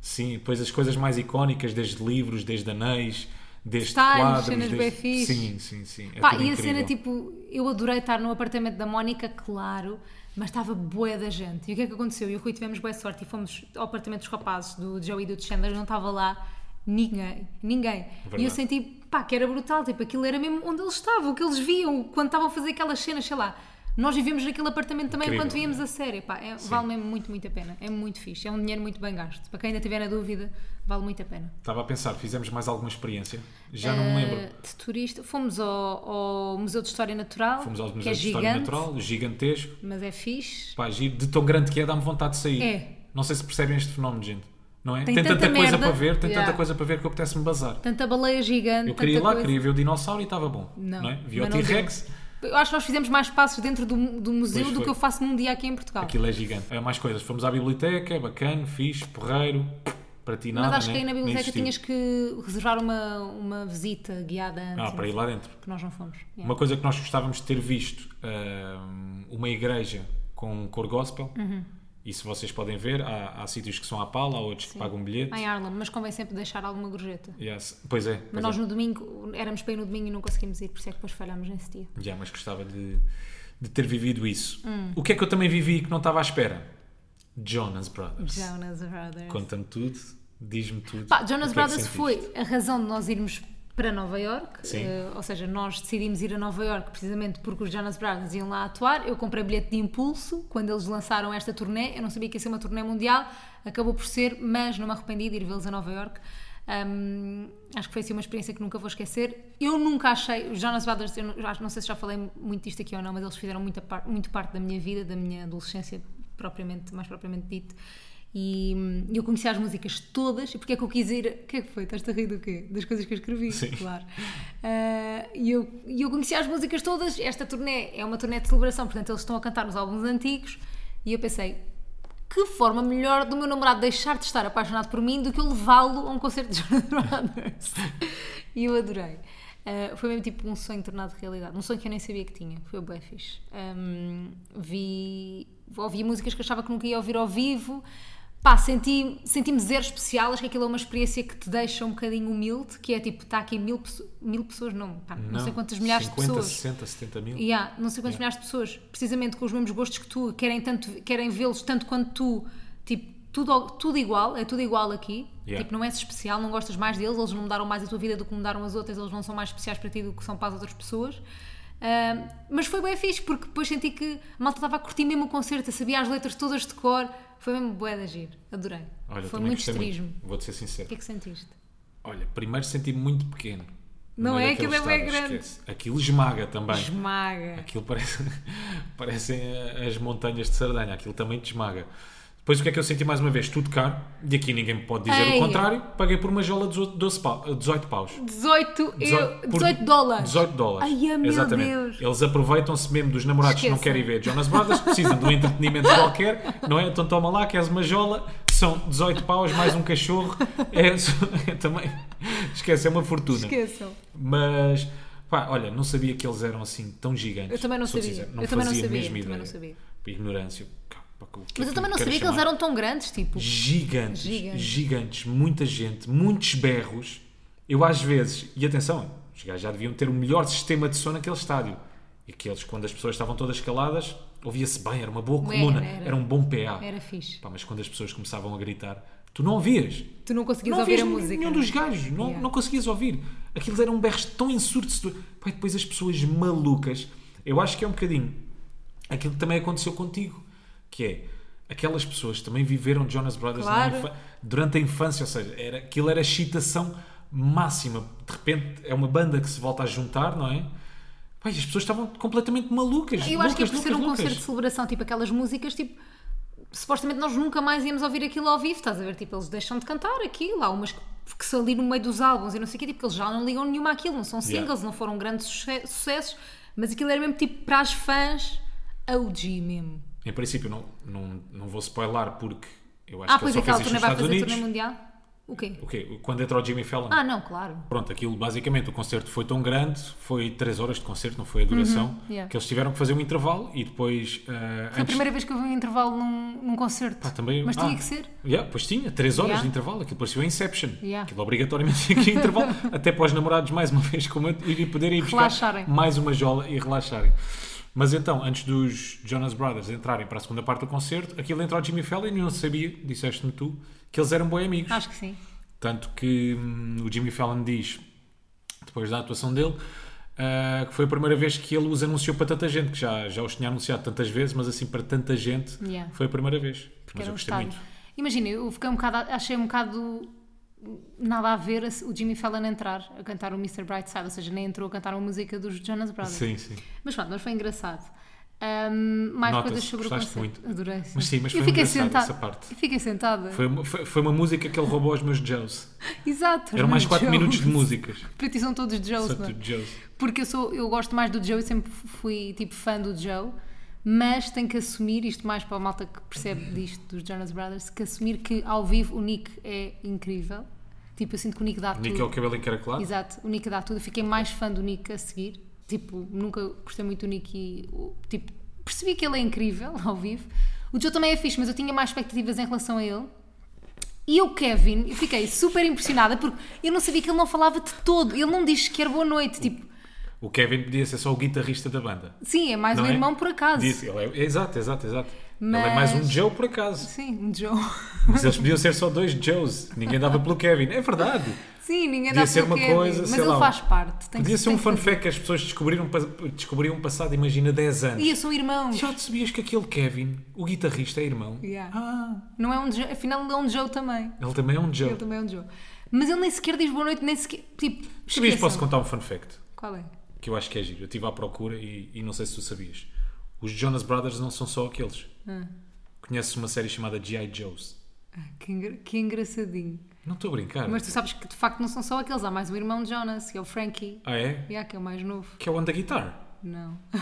S2: Sim, depois as coisas mais icónicas, desde livros, desde anéis, desde
S1: Detalhes,
S2: quadros.
S1: cenas bué
S2: desde...
S1: fixe.
S2: Sim, sim, sim. É
S1: Pá,
S2: tudo
S1: e a
S2: incrível.
S1: cena, tipo, eu adorei estar no apartamento da Mónica, claro, mas estava bué da gente. E o que é que aconteceu? Eu e o Rui tivemos boa sorte e fomos ao apartamento dos rapazes, do Joey e do Chandler, não estava lá ninguém, ninguém. E eu
S2: Verdade.
S1: senti, pá, que era brutal, tipo, aquilo era mesmo onde eles estavam, o que eles viam, quando estavam a fazer aquelas cenas, sei lá. Nós vivemos naquele apartamento também
S2: Incrível,
S1: enquanto víamos
S2: né?
S1: a série, pá, é- vale mesmo muito, muito a pena. É muito fixe, é um dinheiro muito bem gasto. Para quem ainda tiver na dúvida, vale muito a pena.
S2: Estava a pensar, fizemos mais alguma experiência? Já não me lembro.
S1: Eh, De turista, fomos ao, ao Museu de História Natural,
S2: Fomos ao
S1: que
S2: Museu
S1: é
S2: de História
S1: gigante,
S2: Natural, gigantesco.
S1: mas é fixe.
S2: Pá, giro, Tipo, de tão grande que é, dá-me vontade de sair.
S1: É.
S2: Não sei se percebem este fenómeno, gente. Não é?
S1: Tem
S2: Tem,
S1: tanta
S2: tanta, coisa
S1: merda.
S2: para ver, tem
S1: Yeah.
S2: tanta coisa para ver que eu apetece-me bazar.
S1: Tanta baleia gigante,
S2: Eu queria ir
S1: tanta
S2: lá,
S1: coisa.
S2: queria ver o dinossauro e estava bom.
S1: Não,
S2: Não. é? Vi o
S1: mas não
S2: T-Rex,
S1: Eu acho que nós fizemos mais passos dentro do, do museu
S2: Pois
S1: do
S2: foi.
S1: que eu faço num dia aqui em Portugal.
S2: aquilo é gigante. É, mais coisas. Fomos à biblioteca, é bacana, fixe, porreiro, para ti nada.
S1: mas acho
S2: né?
S1: que aí na
S2: Nem
S1: biblioteca
S2: existimos.
S1: tinhas que reservar uma, uma visita guiada antes.
S2: Ah, para ir lá dentro.
S1: Que nós não fomos. Yeah.
S2: Uma coisa que
S1: Uhum.
S2: nós gostávamos de ter visto, hum, uma igreja com um cor gospel Isso vocês podem ver, há, há sítios que são à pala, há outros que pagam bilhete.
S1: Em Harlem, mas convém sempre deixar alguma gorjeta.
S2: Yes. Pois é.
S1: Mas
S2: pois
S1: nós
S2: é.
S1: no domingo, éramos para ir no domingo e não conseguimos ir, por isso é que depois falhámos nesse dia.
S2: Já, mas gostava de, de ter vivido isso.
S1: Hum.
S2: O que é que eu também vivi que não estava à espera? Jonas Brothers.
S1: Jonas Brothers.
S2: Conta-me tudo, diz-me tudo.
S1: Pá, Jonas
S2: O que é que
S1: Brothers
S2: sentiste?
S1: foi a razão de nós irmos para Nova York, eh,
S2: Sim.
S1: ou seja, nós decidimos ir a Nova York precisamente porque os Jonas Brothers iam lá atuar. Eu comprei bilhete de impulso quando eles lançaram esta turnê. Eu não sabia que ia ser uma turnê mundial, acabou por ser, mas não me arrependi de ir vê-los a Nova York. Hum, acho que foi assim uma experiência que nunca vou esquecer. Eu nunca achei, os Jonas Brothers, eu não, acho- não sei se já falei muito disto aqui ou não, mas eles fizeram muita par- muito parte da minha vida, da minha adolescência, propriamente, mais propriamente dito. E hum, eu conheci as músicas todas, e porque é que eu quis ir. O que é que foi? Estás-te a rir do quê? Das coisas que eu escrevi,
S2: Sim.
S1: claro. Ah, E eu, e eu conheci as músicas todas. Esta turnê é uma turnê de celebração, portanto, eles estão a cantar os álbuns antigos. E eu pensei, que forma melhor do meu namorado deixar de estar apaixonado por mim do que eu levá-lo a um concerto de Jonas Brothers? e eu adorei. Ah, foi mesmo tipo um sonho tornado realidade. Um sonho que eu nem sabia que tinha. Foi o bem fixe. Ahm, vi, ouvi músicas que achava que nunca ia ouvir ao vivo. Pá, senti, senti-me zero especial. Acho que aquilo é uma experiência que te deixa um bocadinho humilde, que é tipo, está aqui mil, pesso- mil pessoas, não, pá, não, sei quantas milhares de
S2: 50,
S1: pessoas. é,
S2: 60, 70 mil.
S1: Yeah, não sei quantos milhares de pessoas, precisamente com os mesmos gostos que tu, querem, tanto, querem vê-los tanto quanto tu, tipo, tudo, ao- tudo igual, é tudo igual aqui.
S2: Yeah.
S1: Tipo, não és especial, não gostas mais deles, eles não mudaram mais a tua vida do que mudaram as outras, eles não são mais especiais para ti do que são para as outras pessoas. Ahm, mas foi bem fixe, porque depois senti que a malta estava a curtir mesmo o concerto, eu sabia as letras todas de cor, foi mesmo bué de agir, adorei.
S2: Olha, eu
S1: foi
S2: também
S1: muito
S2: gostei
S1: estrismo.
S2: muito. Vou-te ser sincero.
S1: O que é que sentiste?
S2: Olha, primeiro senti-me muito pequeno.
S1: Não é? Aquilo
S2: daqueles
S1: é bem
S2: estádios,
S1: grande.
S2: esquece. Aquilo esmaga também.
S1: Esmaga.
S2: Aquilo parece, parecem eh, as montanhas de Sardanha, aquilo também te esmaga. Depois o que é que eu senti mais uma vez? Tudo caro, e aqui ninguém me pode dizer
S1: Ei.
S2: o contrário. Paguei por uma jola de 18 pau- 18 paus.
S1: 18, eu,
S2: por
S1: 18 dólares.
S2: 18 dólares.
S1: Ai, ah, meu
S2: Exatamente.
S1: Deus.
S2: Eles aproveitam-se mesmo dos namorados que não
S1: Esqueçam.
S2: querem ver Jonas Brothers, precisam de um entretenimento qualquer, não é? Então toma lá, queres uma jola, são 18 paus mais um cachorro. É, é também. Esquece, é uma fortuna.
S1: Esqueçam.
S2: Mas, pá, olha, não sabia que eles eram assim tão gigantes.
S1: Eu também não
S2: Sou
S1: sabia.
S2: sincero,
S1: Eu também não
S2: fazia a
S1: sabia,
S2: mesma
S1: também
S2: ideia.
S1: não sabia.
S2: Ignorância. Cá, pá, o que é
S1: Mas
S2: que
S1: eu também não
S2: quero
S1: sabia que
S2: chamar?
S1: eles eram tão grandes, tipo.
S2: gigantes,
S1: Gigantes.
S2: gigantes, muita gente, muitos berros. Eu às vezes, e atenção, os gajos já deviam ter o melhor sistema de som naquele estádio. E aqueles, quando as pessoas estavam todas caladas, ouvia-se bem, era uma boa
S1: Era,
S2: coluna,
S1: era.
S2: era, um bom PA.
S1: Era fixe.
S2: Pá, mas quando as pessoas começavam a gritar, tu não ouvias.
S1: Tu não conseguias
S2: Não
S1: ouvir
S2: ouvias
S1: a música.
S2: nenhum,
S1: é?
S2: dos gajos, não,
S1: Yeah.
S2: não conseguias ouvir. Aqueles eram berros tão ensurdecedores. Pá, e depois as pessoas malucas. Eu acho que é um bocadinho aquilo que também aconteceu contigo, que é aquelas pessoas que também viveram Jonas Brothers na
S1: Claro.
S2: infa- durante a infância, ou seja, era, aquilo era excitação máxima. De repente é uma banda que se volta a juntar, não é? Pá, e as pessoas estavam completamente malucas.
S1: Eu acho que é
S2: loucas,
S1: por ser
S2: loucas,
S1: um
S2: loucas.
S1: concerto de celebração, tipo aquelas músicas, tipo. Supostamente nós nunca mais íamos ouvir aquilo ao vivo, estás a ver? Tipo, eles deixam de cantar aquilo, há umas que, que são ali no meio dos álbuns e não sei o quê, tipo, que eles já não ligam nenhuma àquilo, não são
S2: Yeah.
S1: singles, não foram grandes suce- sucessos, mas aquilo era mesmo tipo para as fãs OG mesmo.
S2: Em princípio, não, não, não vou spoiler porque eu acho
S1: ah,
S2: que ele
S1: pois
S2: só fez
S1: aquela
S2: isto nos
S1: turnê vai
S2: Estados
S1: fazer
S2: Unidos.
S1: turnê mundial? O quê?
S2: O quê? Quando entra o Jimmy Fallon?
S1: Ah, não, claro.
S2: Pronto, aquilo basicamente, o concerto foi tão grande, foi 3 horas de concerto, não foi a duração,
S1: Uhum, yeah.
S2: que eles tiveram que fazer um intervalo e depois. ah,
S1: Foi a primeira vez que eu vi um intervalo num, num concerto.
S2: Pá, também-
S1: Mas
S2: ah,
S1: tinha que ser.
S2: Yeah, pois tinha, 3 horas
S1: Yeah.
S2: de intervalo, aquilo parecia o Inception.
S1: Yeah.
S2: Aquilo obrigatoriamente tinha que ir intervalo, até para os namorados, mais uma vez, como eu, irem poderem ir buscar
S1: Relaxarem.
S2: mais uma jola e relaxarem. Mas então, antes dos Jonas Brothers entrarem para a segunda parte do concerto, aquilo entrou o Jimmy Fallon e eu não sabia, disseste-me tu, que eles eram bons amigos.
S1: Acho que sim.
S2: Tanto que hum, o Jimmy Fallon diz, depois da atuação dele, ah, que foi a primeira vez que ele os anunciou para tanta gente, que já, já os tinha anunciado tantas vezes, mas assim para tanta gente
S1: Yeah.
S2: foi a primeira vez. mas
S1: era
S2: eu
S1: um
S2: gostei
S1: estádio.
S2: muito.
S1: Imagina, eu fiquei um bocado, achei um bocado nada a ver a- o Jimmy Fallon entrar a cantar o Mr. Brightside, ou seja, nem entrou a cantar a música dos Jonas Brothers.
S2: Sim, sim.
S1: Mas pronto, mas foi engraçado. Ahm, mais
S2: Nota-se,
S1: coisas sobre o
S2: gostaste
S1: concerto.
S2: muito.
S1: Adorei.
S2: Mas sim, mas
S1: eu
S2: foi
S1: fiquei
S2: engraçado
S1: sentada.
S2: essa parte.
S1: Eu fiquei sentada.
S2: Foi uma, foi, foi uma música que ele roubou aos meus Joes.
S1: Exato.
S2: Eram mais
S1: os
S2: 4
S1: Joes.
S2: minutos de músicas.
S1: Para ti são todos de Jones,
S2: Só
S1: não é?
S2: tudo Joes.
S1: Porque eu, sou, eu gosto mais do Joe, eu sempre fui tipo fã do Joe, mas tenho que assumir, isto mais para a malta que percebe disto dos Jonas Brothers, que assumir que ao vivo o Nick é incrível. Tipo, eu sinto que o Nick dá
S2: Nick é o
S1: tudo.
S2: cabelo encaracolado.
S1: Exato, o Nick dá tudo. Eu fiquei mais fã do Nick a seguir. Tipo, nunca gostei muito do Nick e o- tipo, percebi que ele é incrível ao vivo. O Joe também é fixe, mas eu tinha mais expectativas em relação a ele. E o Kevin, eu fiquei super impressionada porque eu não sabia que ele não falava de todo. Ele não diz sequer boa noite. Tipo,
S2: O Kevin podia ser só o guitarrista da banda.
S1: sim, é mais
S2: não
S1: um
S2: é?
S1: irmão por acaso.
S2: Disse, ele é- exato, exato, exato. Ele é
S1: Mas-
S2: mais um Joe por acaso.
S1: Sim, um Joe.
S2: Mas eles podiam ser só dois Joes. Ninguém dava pelo Kevin. É verdade.
S1: Sim, ninguém
S2: Podia
S1: dá
S2: ser
S1: pelo
S2: uma
S1: Kevin,
S2: coisa,
S1: mas
S2: sei
S1: ele
S2: lá, um-
S1: faz parte. Tem
S2: Podia
S1: que,
S2: ser um
S1: tem que
S2: fun
S1: fazer.
S2: fact que as pessoas descobriram, pa- descobriam um passado, imagina, 10 anos.
S1: Ia, são irmãos.
S2: Já te sabias que aquele Kevin, o guitarrista, é irmão?
S1: Yeah.
S2: Ah,
S1: Não é um Joe, afinal ele é um Joe também.
S2: ele também é um Joe.
S1: Ele também é um Joe. Mas ele nem sequer diz boa noite, nem sequer. Tipo,
S2: Sabias que
S1: esqueçam.
S2: posso contar um fun fact?
S1: Qual é?
S2: Que eu acho que é giro. Eu estive à procura e, e não sei se tu sabias. Os Jonas Brothers não são só aqueles. Conheces uma série chamada G.I. Joe's?
S1: Ah, que, engra- que engraçadinho.
S2: Não estou a brincar.
S1: Mas tu sabes que de facto não são só aqueles, há mais um irmão de Jonas, que é o Frankie.
S2: Ah, é?
S1: Yeah, que é o mais novo.
S2: Que é o On The Guitar.
S1: Não.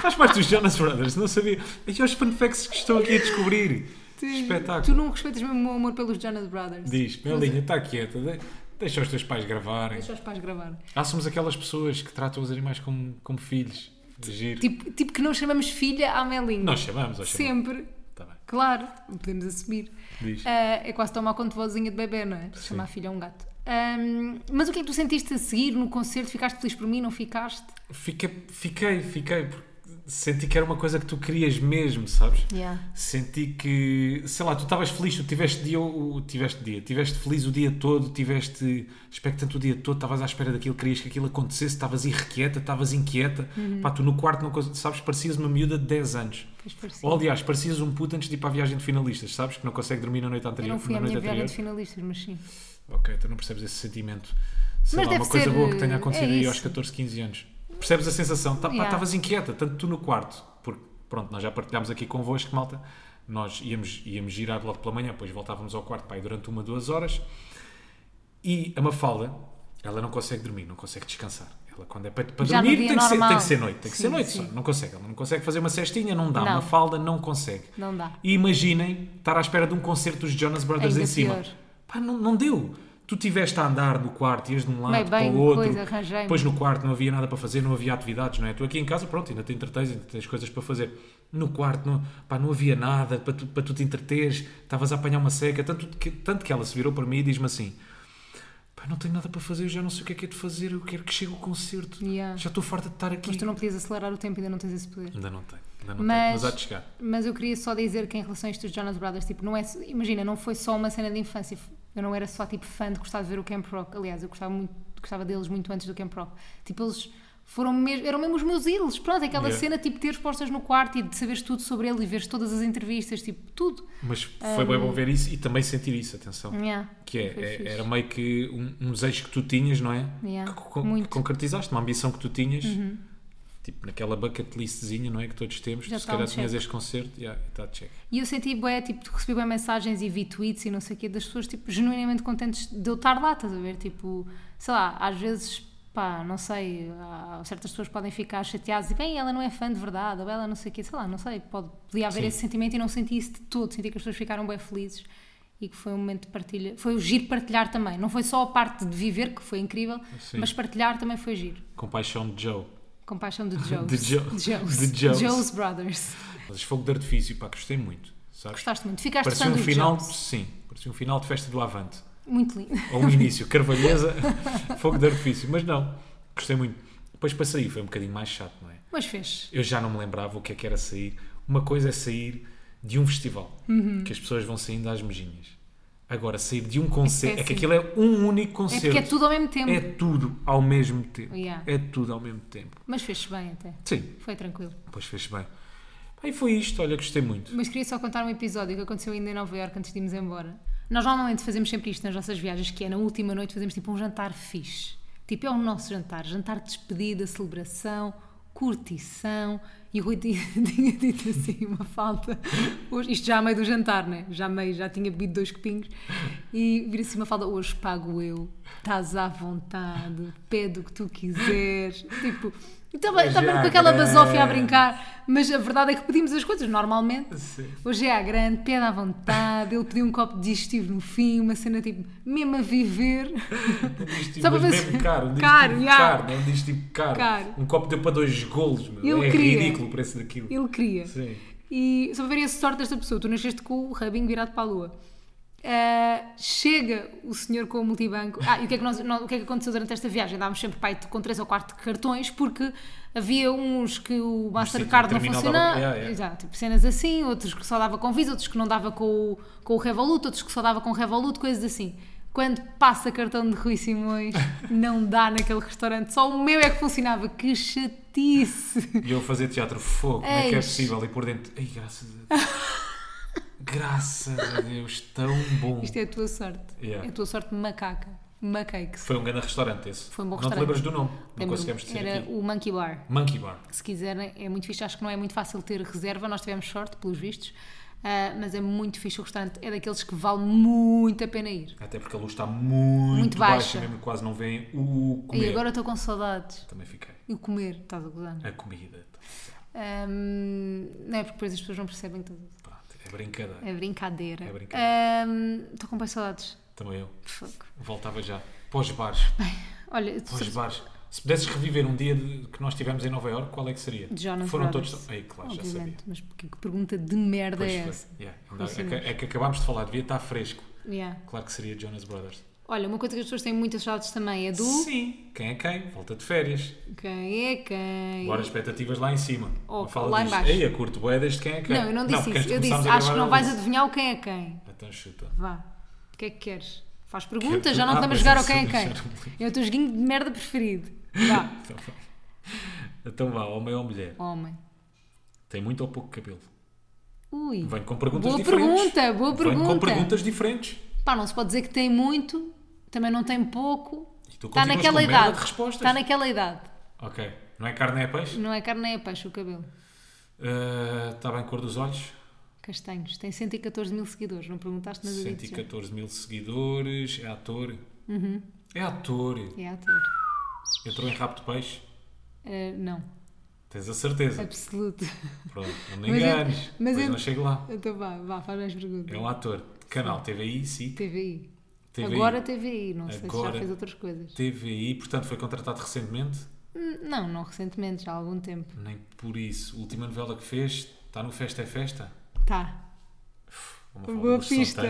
S2: Faz parte dos Jonas Brothers, não sabia. E os fun facts que estou aqui a descobrir.
S1: Tu
S2: Espetáculo.
S1: não respeitas mesmo o meu amor pelos Jonas Brothers.
S2: Diz,
S1: é.
S2: Melinha, está quieta. de- Deixa os teus pais gravarem.
S1: Deixa os pais gravar.
S2: Ah, somos aquelas pessoas que tratam os animais como, como filhos. É Giro.
S1: Tipo, tipo que não chamamos filha à Melinha.
S2: Nós chamamos, ou chamamos.
S1: Sempre.
S2: Tá bem.
S1: Claro, podemos assumir.
S2: Diz.
S1: Ah, é quase tomar conta de vozinha de bebê, não é? Chamar a filha a um gato. Ahm, mas o que é que tu sentiste a seguir no concerto? Ficaste feliz por mim? Não ficaste?
S2: Fiquei, fiquei, fiquei. porque Senti que era uma coisa que tu querias mesmo, sabes?
S1: Yeah.
S2: Senti que, sei lá, tu estavas feliz, tu tiveste dia, o, tiveste dia, tiveste feliz o dia todo, tiveste expectante o dia todo, estavas à espera daquilo, querias que aquilo acontecesse, estavas irrequieta, estavas inquieta.
S1: Uhum.
S2: Pá, tu no quarto, não, cons- sabes, parecias uma miúda de 10 anos.
S1: Pois parecia.
S2: Ou aliás, parecias um puto antes de ir para a viagem de finalistas, sabes? Que não consegue dormir na noite
S1: Eu
S2: anterior.
S1: não fui
S2: na
S1: à minha
S2: noite
S1: viagem
S2: anterior.
S1: de finalistas, mas sim.
S2: Ok, tu não percebes esse sentimento. Sei
S1: Mas
S2: lá, uma
S1: deve
S2: coisa
S1: ser,
S2: boa que tenha
S1: eh,
S2: acontecido
S1: é
S2: aí
S1: isso.
S2: aos 14, 15 anos. Percebes a sensação? Tá, pá,
S1: Yeah.
S2: Estavas inquieta, tanto tu no quarto, porque pronto, nós já partilhámos aqui convosco, malta. Nós íamos, íamos girar logo pela manhã, depois voltávamos ao quarto pá, aí durante uma, duas horas. E a Mafalda, ela não consegue dormir, não consegue descansar. Ela, quando é para, para
S1: Já no
S2: dormir,
S1: dia
S2: tem que, ser,
S1: normal.
S2: tem que ser noite, tem que ser
S1: Sim,
S2: noite
S1: sim.
S2: só. Não consegue, ela não consegue fazer uma cestinha, não dá.
S1: Não.
S2: Uma Mafalda não consegue.
S1: Não dá.
S2: E imaginem estar à espera de um concerto dos Jonas Brothers
S1: Ainda
S2: em cima.
S1: pior.
S2: Pá, não, não deu. Tu tiveste a andar no quarto, ias de um lado
S1: Bem,
S2: para
S1: bem,
S2: o outro.
S1: coisa, arranjei-me.
S2: depois no quarto não havia nada para fazer, não havia atividades, não é? Tu aqui em casa, pronto, ainda te entretens, ainda tens coisas para fazer. No quarto, não, pá, não havia nada para tu, para tu te entreteres, estavas a apanhar uma seca. Tanto que, tanto que ela se virou para mim e diz-me assim: pá, não tenho nada para fazer, eu já não sei o que é que é de fazer, eu quero que chegue o concerto.
S1: Yeah.
S2: Já estou farta de estar aqui.
S1: Mas tu não podias acelerar o tempo, ainda não tens esse poder.
S2: Ainda não tenho, ainda não tenho,
S1: Mas-
S2: mas há de chegar.
S1: Mas eu queria só dizer que em relação a isto dos Jonas Brothers, tipo, não é, imagina, não foi só uma cena de infância. Eu não era só tipo fã de gostar de ver o Camp Rock. Aliás, eu gostava muito, gostava deles muito antes do Camp Rock. Tipo, eles foram mesmo, eram mesmo os meus ídolos. Pronto, aquela
S2: Yeah.
S1: cena tipo ter postas no quarto e de saberes tudo sobre ele e veres todas as entrevistas, tipo, tudo.
S2: Mas foi bem bom ver isso e também sentir isso, atenção.
S1: Yeah,
S2: Que é,
S1: Hum. foi
S2: é-
S1: fixe.
S2: era meio que um, um desejo que tu tinhas, não é?
S1: Yeah,
S2: que, con-
S1: muito. Uhum.
S2: que concretizaste, uma ambição que tu tinhas, tipo naquela bucket listzinha, não é? Que todos temos,
S1: Já
S2: tu se
S1: tá um
S2: calhar tinhas
S1: check.
S2: este concerto, yeah, está de check.
S1: E eu senti, bué, tipo, recebi bué mensagens e vi tweets e não sei o quê das pessoas, tipo, genuinamente contentes de eu estar lá, estás a ver? Tipo, sei lá, às vezes, pá, não sei, há- certas pessoas podem ficar chateadas e, bem, ela não é fã de verdade, ou ela não sei o quê, sei lá, não sei, pode, podia haver
S2: Sim.
S1: esse sentimento e não senti isso de todo, senti que as pessoas ficaram bem felizes e que foi um momento de partilha, foi o giro partilhar também, não foi só a parte de viver, que foi incrível,
S2: Sim.
S1: mas partilhar também foi giro.
S2: Compaixão de Joe.
S1: Compaixão de Joes.
S2: De Jo-
S1: Joes.
S2: de Joes.
S1: Joes Brothers.
S2: Mas fogo de artifício, pá, gostei muito, sabes?
S1: Gostaste muito. Ficaste
S2: Parecia
S1: fã
S2: um
S1: do
S2: final,
S1: Joes.
S2: sim, parecia um final de festa do Avante.
S1: Muito lindo.
S2: ou um início, carvalheza, fogo de artifício, mas não, gostei muito. Depois para sair foi um bocadinho mais chato, não é?
S1: Mas fez.
S2: eu já não me lembrava o que é que era sair. Uma coisa é sair de um festival,
S1: Uhum.
S2: que as pessoas vão saindo às mejinhas. Agora, sair de um concerto, é, que
S1: péssimo.
S2: aquilo é um
S1: assim.
S2: único
S1: É
S2: concerto.
S1: porque é tudo ao mesmo tempo.
S2: É tudo ao mesmo tempo.
S1: Yeah.
S2: É tudo ao mesmo tempo.
S1: Mas fez-se bem até.
S2: Sim,
S1: Foi tranquilo.
S2: depois fez bem. E foi isto, olha, gostei muito.
S1: Mas queria só contar um episódio que aconteceu ainda em Nova Iorque antes de irmos embora. Nós normalmente fazemos sempre isto nas nossas viagens, que é na última noite fazemos tipo um jantar fixe. Tipo, é o nosso jantar. Jantar de despedida, celebração, curtição. E o Rui tinha, tinha dito assim, uma falta. Hoje, isto já a meio do jantar, né? Já a meio, já tinha bebido dois copinhos. E vira assim uma falta, hoje pago eu. Estás à vontade, pede o que tu quiseres. Tipo, e também,
S2: Hoje
S1: também
S2: é
S1: com aquela
S2: grande.
S1: basófia a brincar. Mas a verdade é que pedimos as coisas normalmente.
S2: Sim.
S1: Hoje é à grande, pede à vontade. Ele pediu um copo de digestivo no fim, uma cena tipo, mesmo a viver.
S2: Diz-te,
S1: Só para
S2: mas
S1: ver se-
S2: um mesmo caro, um
S1: Caro,
S2: caro,
S1: yeah.
S2: caro, não diz tipo caro.
S1: Caro.
S2: Um copo deu para dois golos, meu.
S1: Eu
S2: é
S1: queria.
S2: ridículo o preço daquilo.
S1: Ele queria.
S2: Sim.
S1: E só para ver a sorte desta pessoa, tu nasceste com o rabinho virado para a lua. Ah, chega o senhor com o multibanco. Ah, e o que, é que nós- nós- o que é que aconteceu durante esta viagem? Andávamos sempre pai, com três ou quatro cartões, porque havia uns que o Mastercard não
S2: terminal dava-
S1: funcionava.
S2: Yeah, yeah.
S1: Exato, tipo cenas assim, outros que só dava com Visa, outros que não dava com o, com o Revolut, outros que só dava com o Revolut, coisas assim. Quando passa cartão de Rui Simões, não dá naquele restaurante, só o meu é que funcionava. Que chatice!
S2: E eu fazer teatro fogo, como é que é
S1: Eis.
S2: possível? E por dentro, ai, graças a Deus. graças a Deus, tão bom.
S1: Isto é a tua sorte.
S2: Yeah.
S1: É a tua sorte macaca. Macakes.
S2: Foi um grande restaurante esse.
S1: Foi um bom
S2: Não te
S1: restaurante.
S2: lembras do nome, não
S1: Lembro-me,
S2: conseguimos dizer
S1: Era
S2: aqui.
S1: o Monkey Bar.
S2: Monkey Bar.
S1: Se quiserem, é muito fixe. Acho que não é muito fácil ter reserva. Nós tivemos sorte, pelos vistos. Ah, mas é muito fixe o restaurante. É daqueles que vale muito a pena ir.
S2: Até porque a luz está muito,
S1: Muito
S2: baixa.
S1: baixa.
S2: mesmo quase não vem o comer.
S1: E agora estou com saudades.
S2: Também fiquei.
S1: E o comer, estás a gozar? é?
S2: A comida. tá.
S1: Ahm, não é porque depois as pessoas não percebem tudo.
S2: Pronto, é brincadeira.
S1: É brincadeira.
S2: É brincadeira.
S1: Ahm, Estou com bem saudades.
S2: Também eu.
S1: Fuck.
S2: Voltava já. Pós bares.
S1: Olha,
S2: Pós bares. Se pudesses reviver um dia de- que nós tivemos em Nova Iorque, qual é que seria?
S1: Jonas
S2: Foram
S1: Brothers.
S2: todos. Ei, claro, já sabia.
S1: obviamente, mas que que pergunta de merda
S2: Pois
S1: é
S2: foi.
S1: essa?
S2: Yeah.
S1: Rui
S2: É, que,
S1: Simões.
S2: é que acabámos de falar, devia estar fresco.
S1: Yeah.
S2: Claro que seria Jonas Brothers.
S1: Olha, uma coisa que as pessoas têm muitas saudades também é do
S2: Sim. Quem é quem? Volta de férias.
S1: quem é quem.
S2: Agora as expectativas lá em cima.
S1: Oh,
S2: não fala
S1: lá em
S2: disto.
S1: baixo.
S2: Ei, a curto bué deste quem é quem.
S1: Não, eu não disse
S2: porque antes
S1: isso. Eu disse,
S2: começámos a
S1: acho que
S2: gravar,
S1: não
S2: eu
S1: vais
S2: disse.
S1: adivinhar o quem é quem.
S2: Então chuta.
S1: Vá. O que é que queres? Faz perguntas,
S2: Quero-
S1: já não
S2: Ah,
S1: te lembras jogar
S2: pois é,
S1: o quem é
S2: sim, já não me
S1: quem. É o teu joguinho de merda preferido. Vá.
S2: Então vá. Então vá, homem ou mulher.
S1: Homem.
S2: Tem muito ou pouco cabelo?
S1: Ui.
S2: Venho com perguntas
S1: Boa
S2: diferentes.
S1: pergunta, boa
S2: Venho com
S1: pergunta.
S2: perguntas diferentes.
S1: Pá, não se pode dizer que tem muito, também não tem pouco.
S2: E
S1: Está
S2: tu continuas
S1: Tá naquela
S2: com merda
S1: idade. Tá
S2: de respostas.
S1: Está naquela idade.
S2: Ok. Não é carne, é peixe?
S1: Não é carne nem é peixe o cabelo.
S2: Ah, Está bem cor dos olhos?
S1: Castanhos. Tem 114 mil seguidores. Não perguntaste, mas eu digo
S2: 114 mil seguidores. É ator.
S1: Uhum.
S2: É ator.
S1: É ator.
S2: Entrou em rabo de peixe.
S1: Ah, não.
S2: Tens a certeza.
S1: Absoluto.
S2: Pronto, não me
S1: Mas é-
S2: enganes.
S1: mas
S2: Mas
S1: é-
S2: não chego lá.
S1: Então vá, vá, faz mais perguntas.
S2: É um ator. Canal TVI, sim.
S1: TVI.
S2: TVI.
S1: Agora TVI, não sei se
S2: Agora.
S1: já fez outras coisas.
S2: TVI, portanto, foi contratado recentemente.
S1: Hum, Não, não recentemente, já há algum tempo.
S2: Nem por isso. Última novela que fez, está no Festa é Festa.
S1: Tá.
S2: Uma
S1: Boa
S2: novela dos
S1: pista.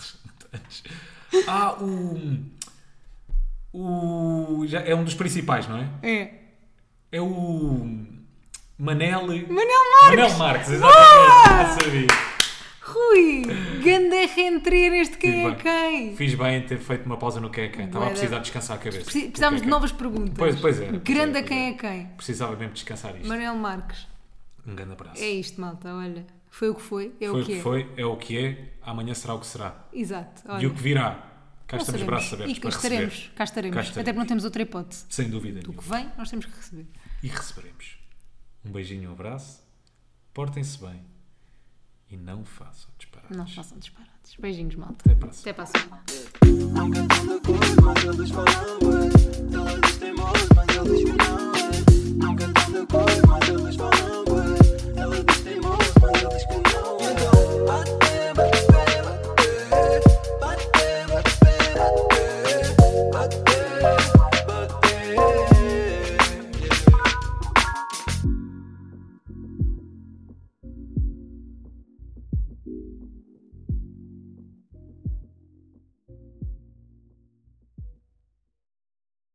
S2: Santanos. Santanos. ah, o. O. Já, é um dos principais, não é?
S1: É.
S2: É o. Manel.
S1: Manel Marques!
S2: Manel Marques, exatamente. Já sabia.
S1: Rui! Ganda rentria neste
S2: Fiz
S1: quem é
S2: bem.
S1: quem.
S2: Fiz bem em ter feito uma pausa no que é quem. Estava a
S1: Bué da-
S2: precisar descansar a cabeça.
S1: Preci- Precisamos de
S2: O que é
S1: novas perguntas.
S2: Pois- pois é, pois é,
S1: Grande a
S2: pois
S1: quem
S2: é.
S1: é quem.
S2: quem. Precisava mesmo descansar isto.
S1: Manuel Marques.
S2: Um grande abraço.
S1: É isto, malta, olha. Foi o que foi, é
S2: foi
S1: o que é.
S2: foi, é o que é, amanhã será o que será.
S1: Exato. Olha,
S2: E o que virá. Cá
S1: não
S2: estamos
S1: sabemos.
S2: braços abertos
S1: E cá
S2: para
S1: estaremos,
S2: receber.
S1: cá estaremos.
S2: Cá estaremos.
S1: Até porque não temos outra hipótese.
S2: Sem dúvida
S1: O que
S2: nenhuma.
S1: vem, nós temos que receber.
S2: E receberemos. Um beijinho, um abraço. Portem-se bem. E não façam disparates.
S1: Não façam disparates. Beijinhos, malta.
S2: Até para a semana.
S1: Até para a semana.
S3: I'm good on the good, my girl is fine with. Though I wish there was, my girl is renowned. I'm good on the good, my girl is fine with. Though I wish there was, my girl is eh, eh,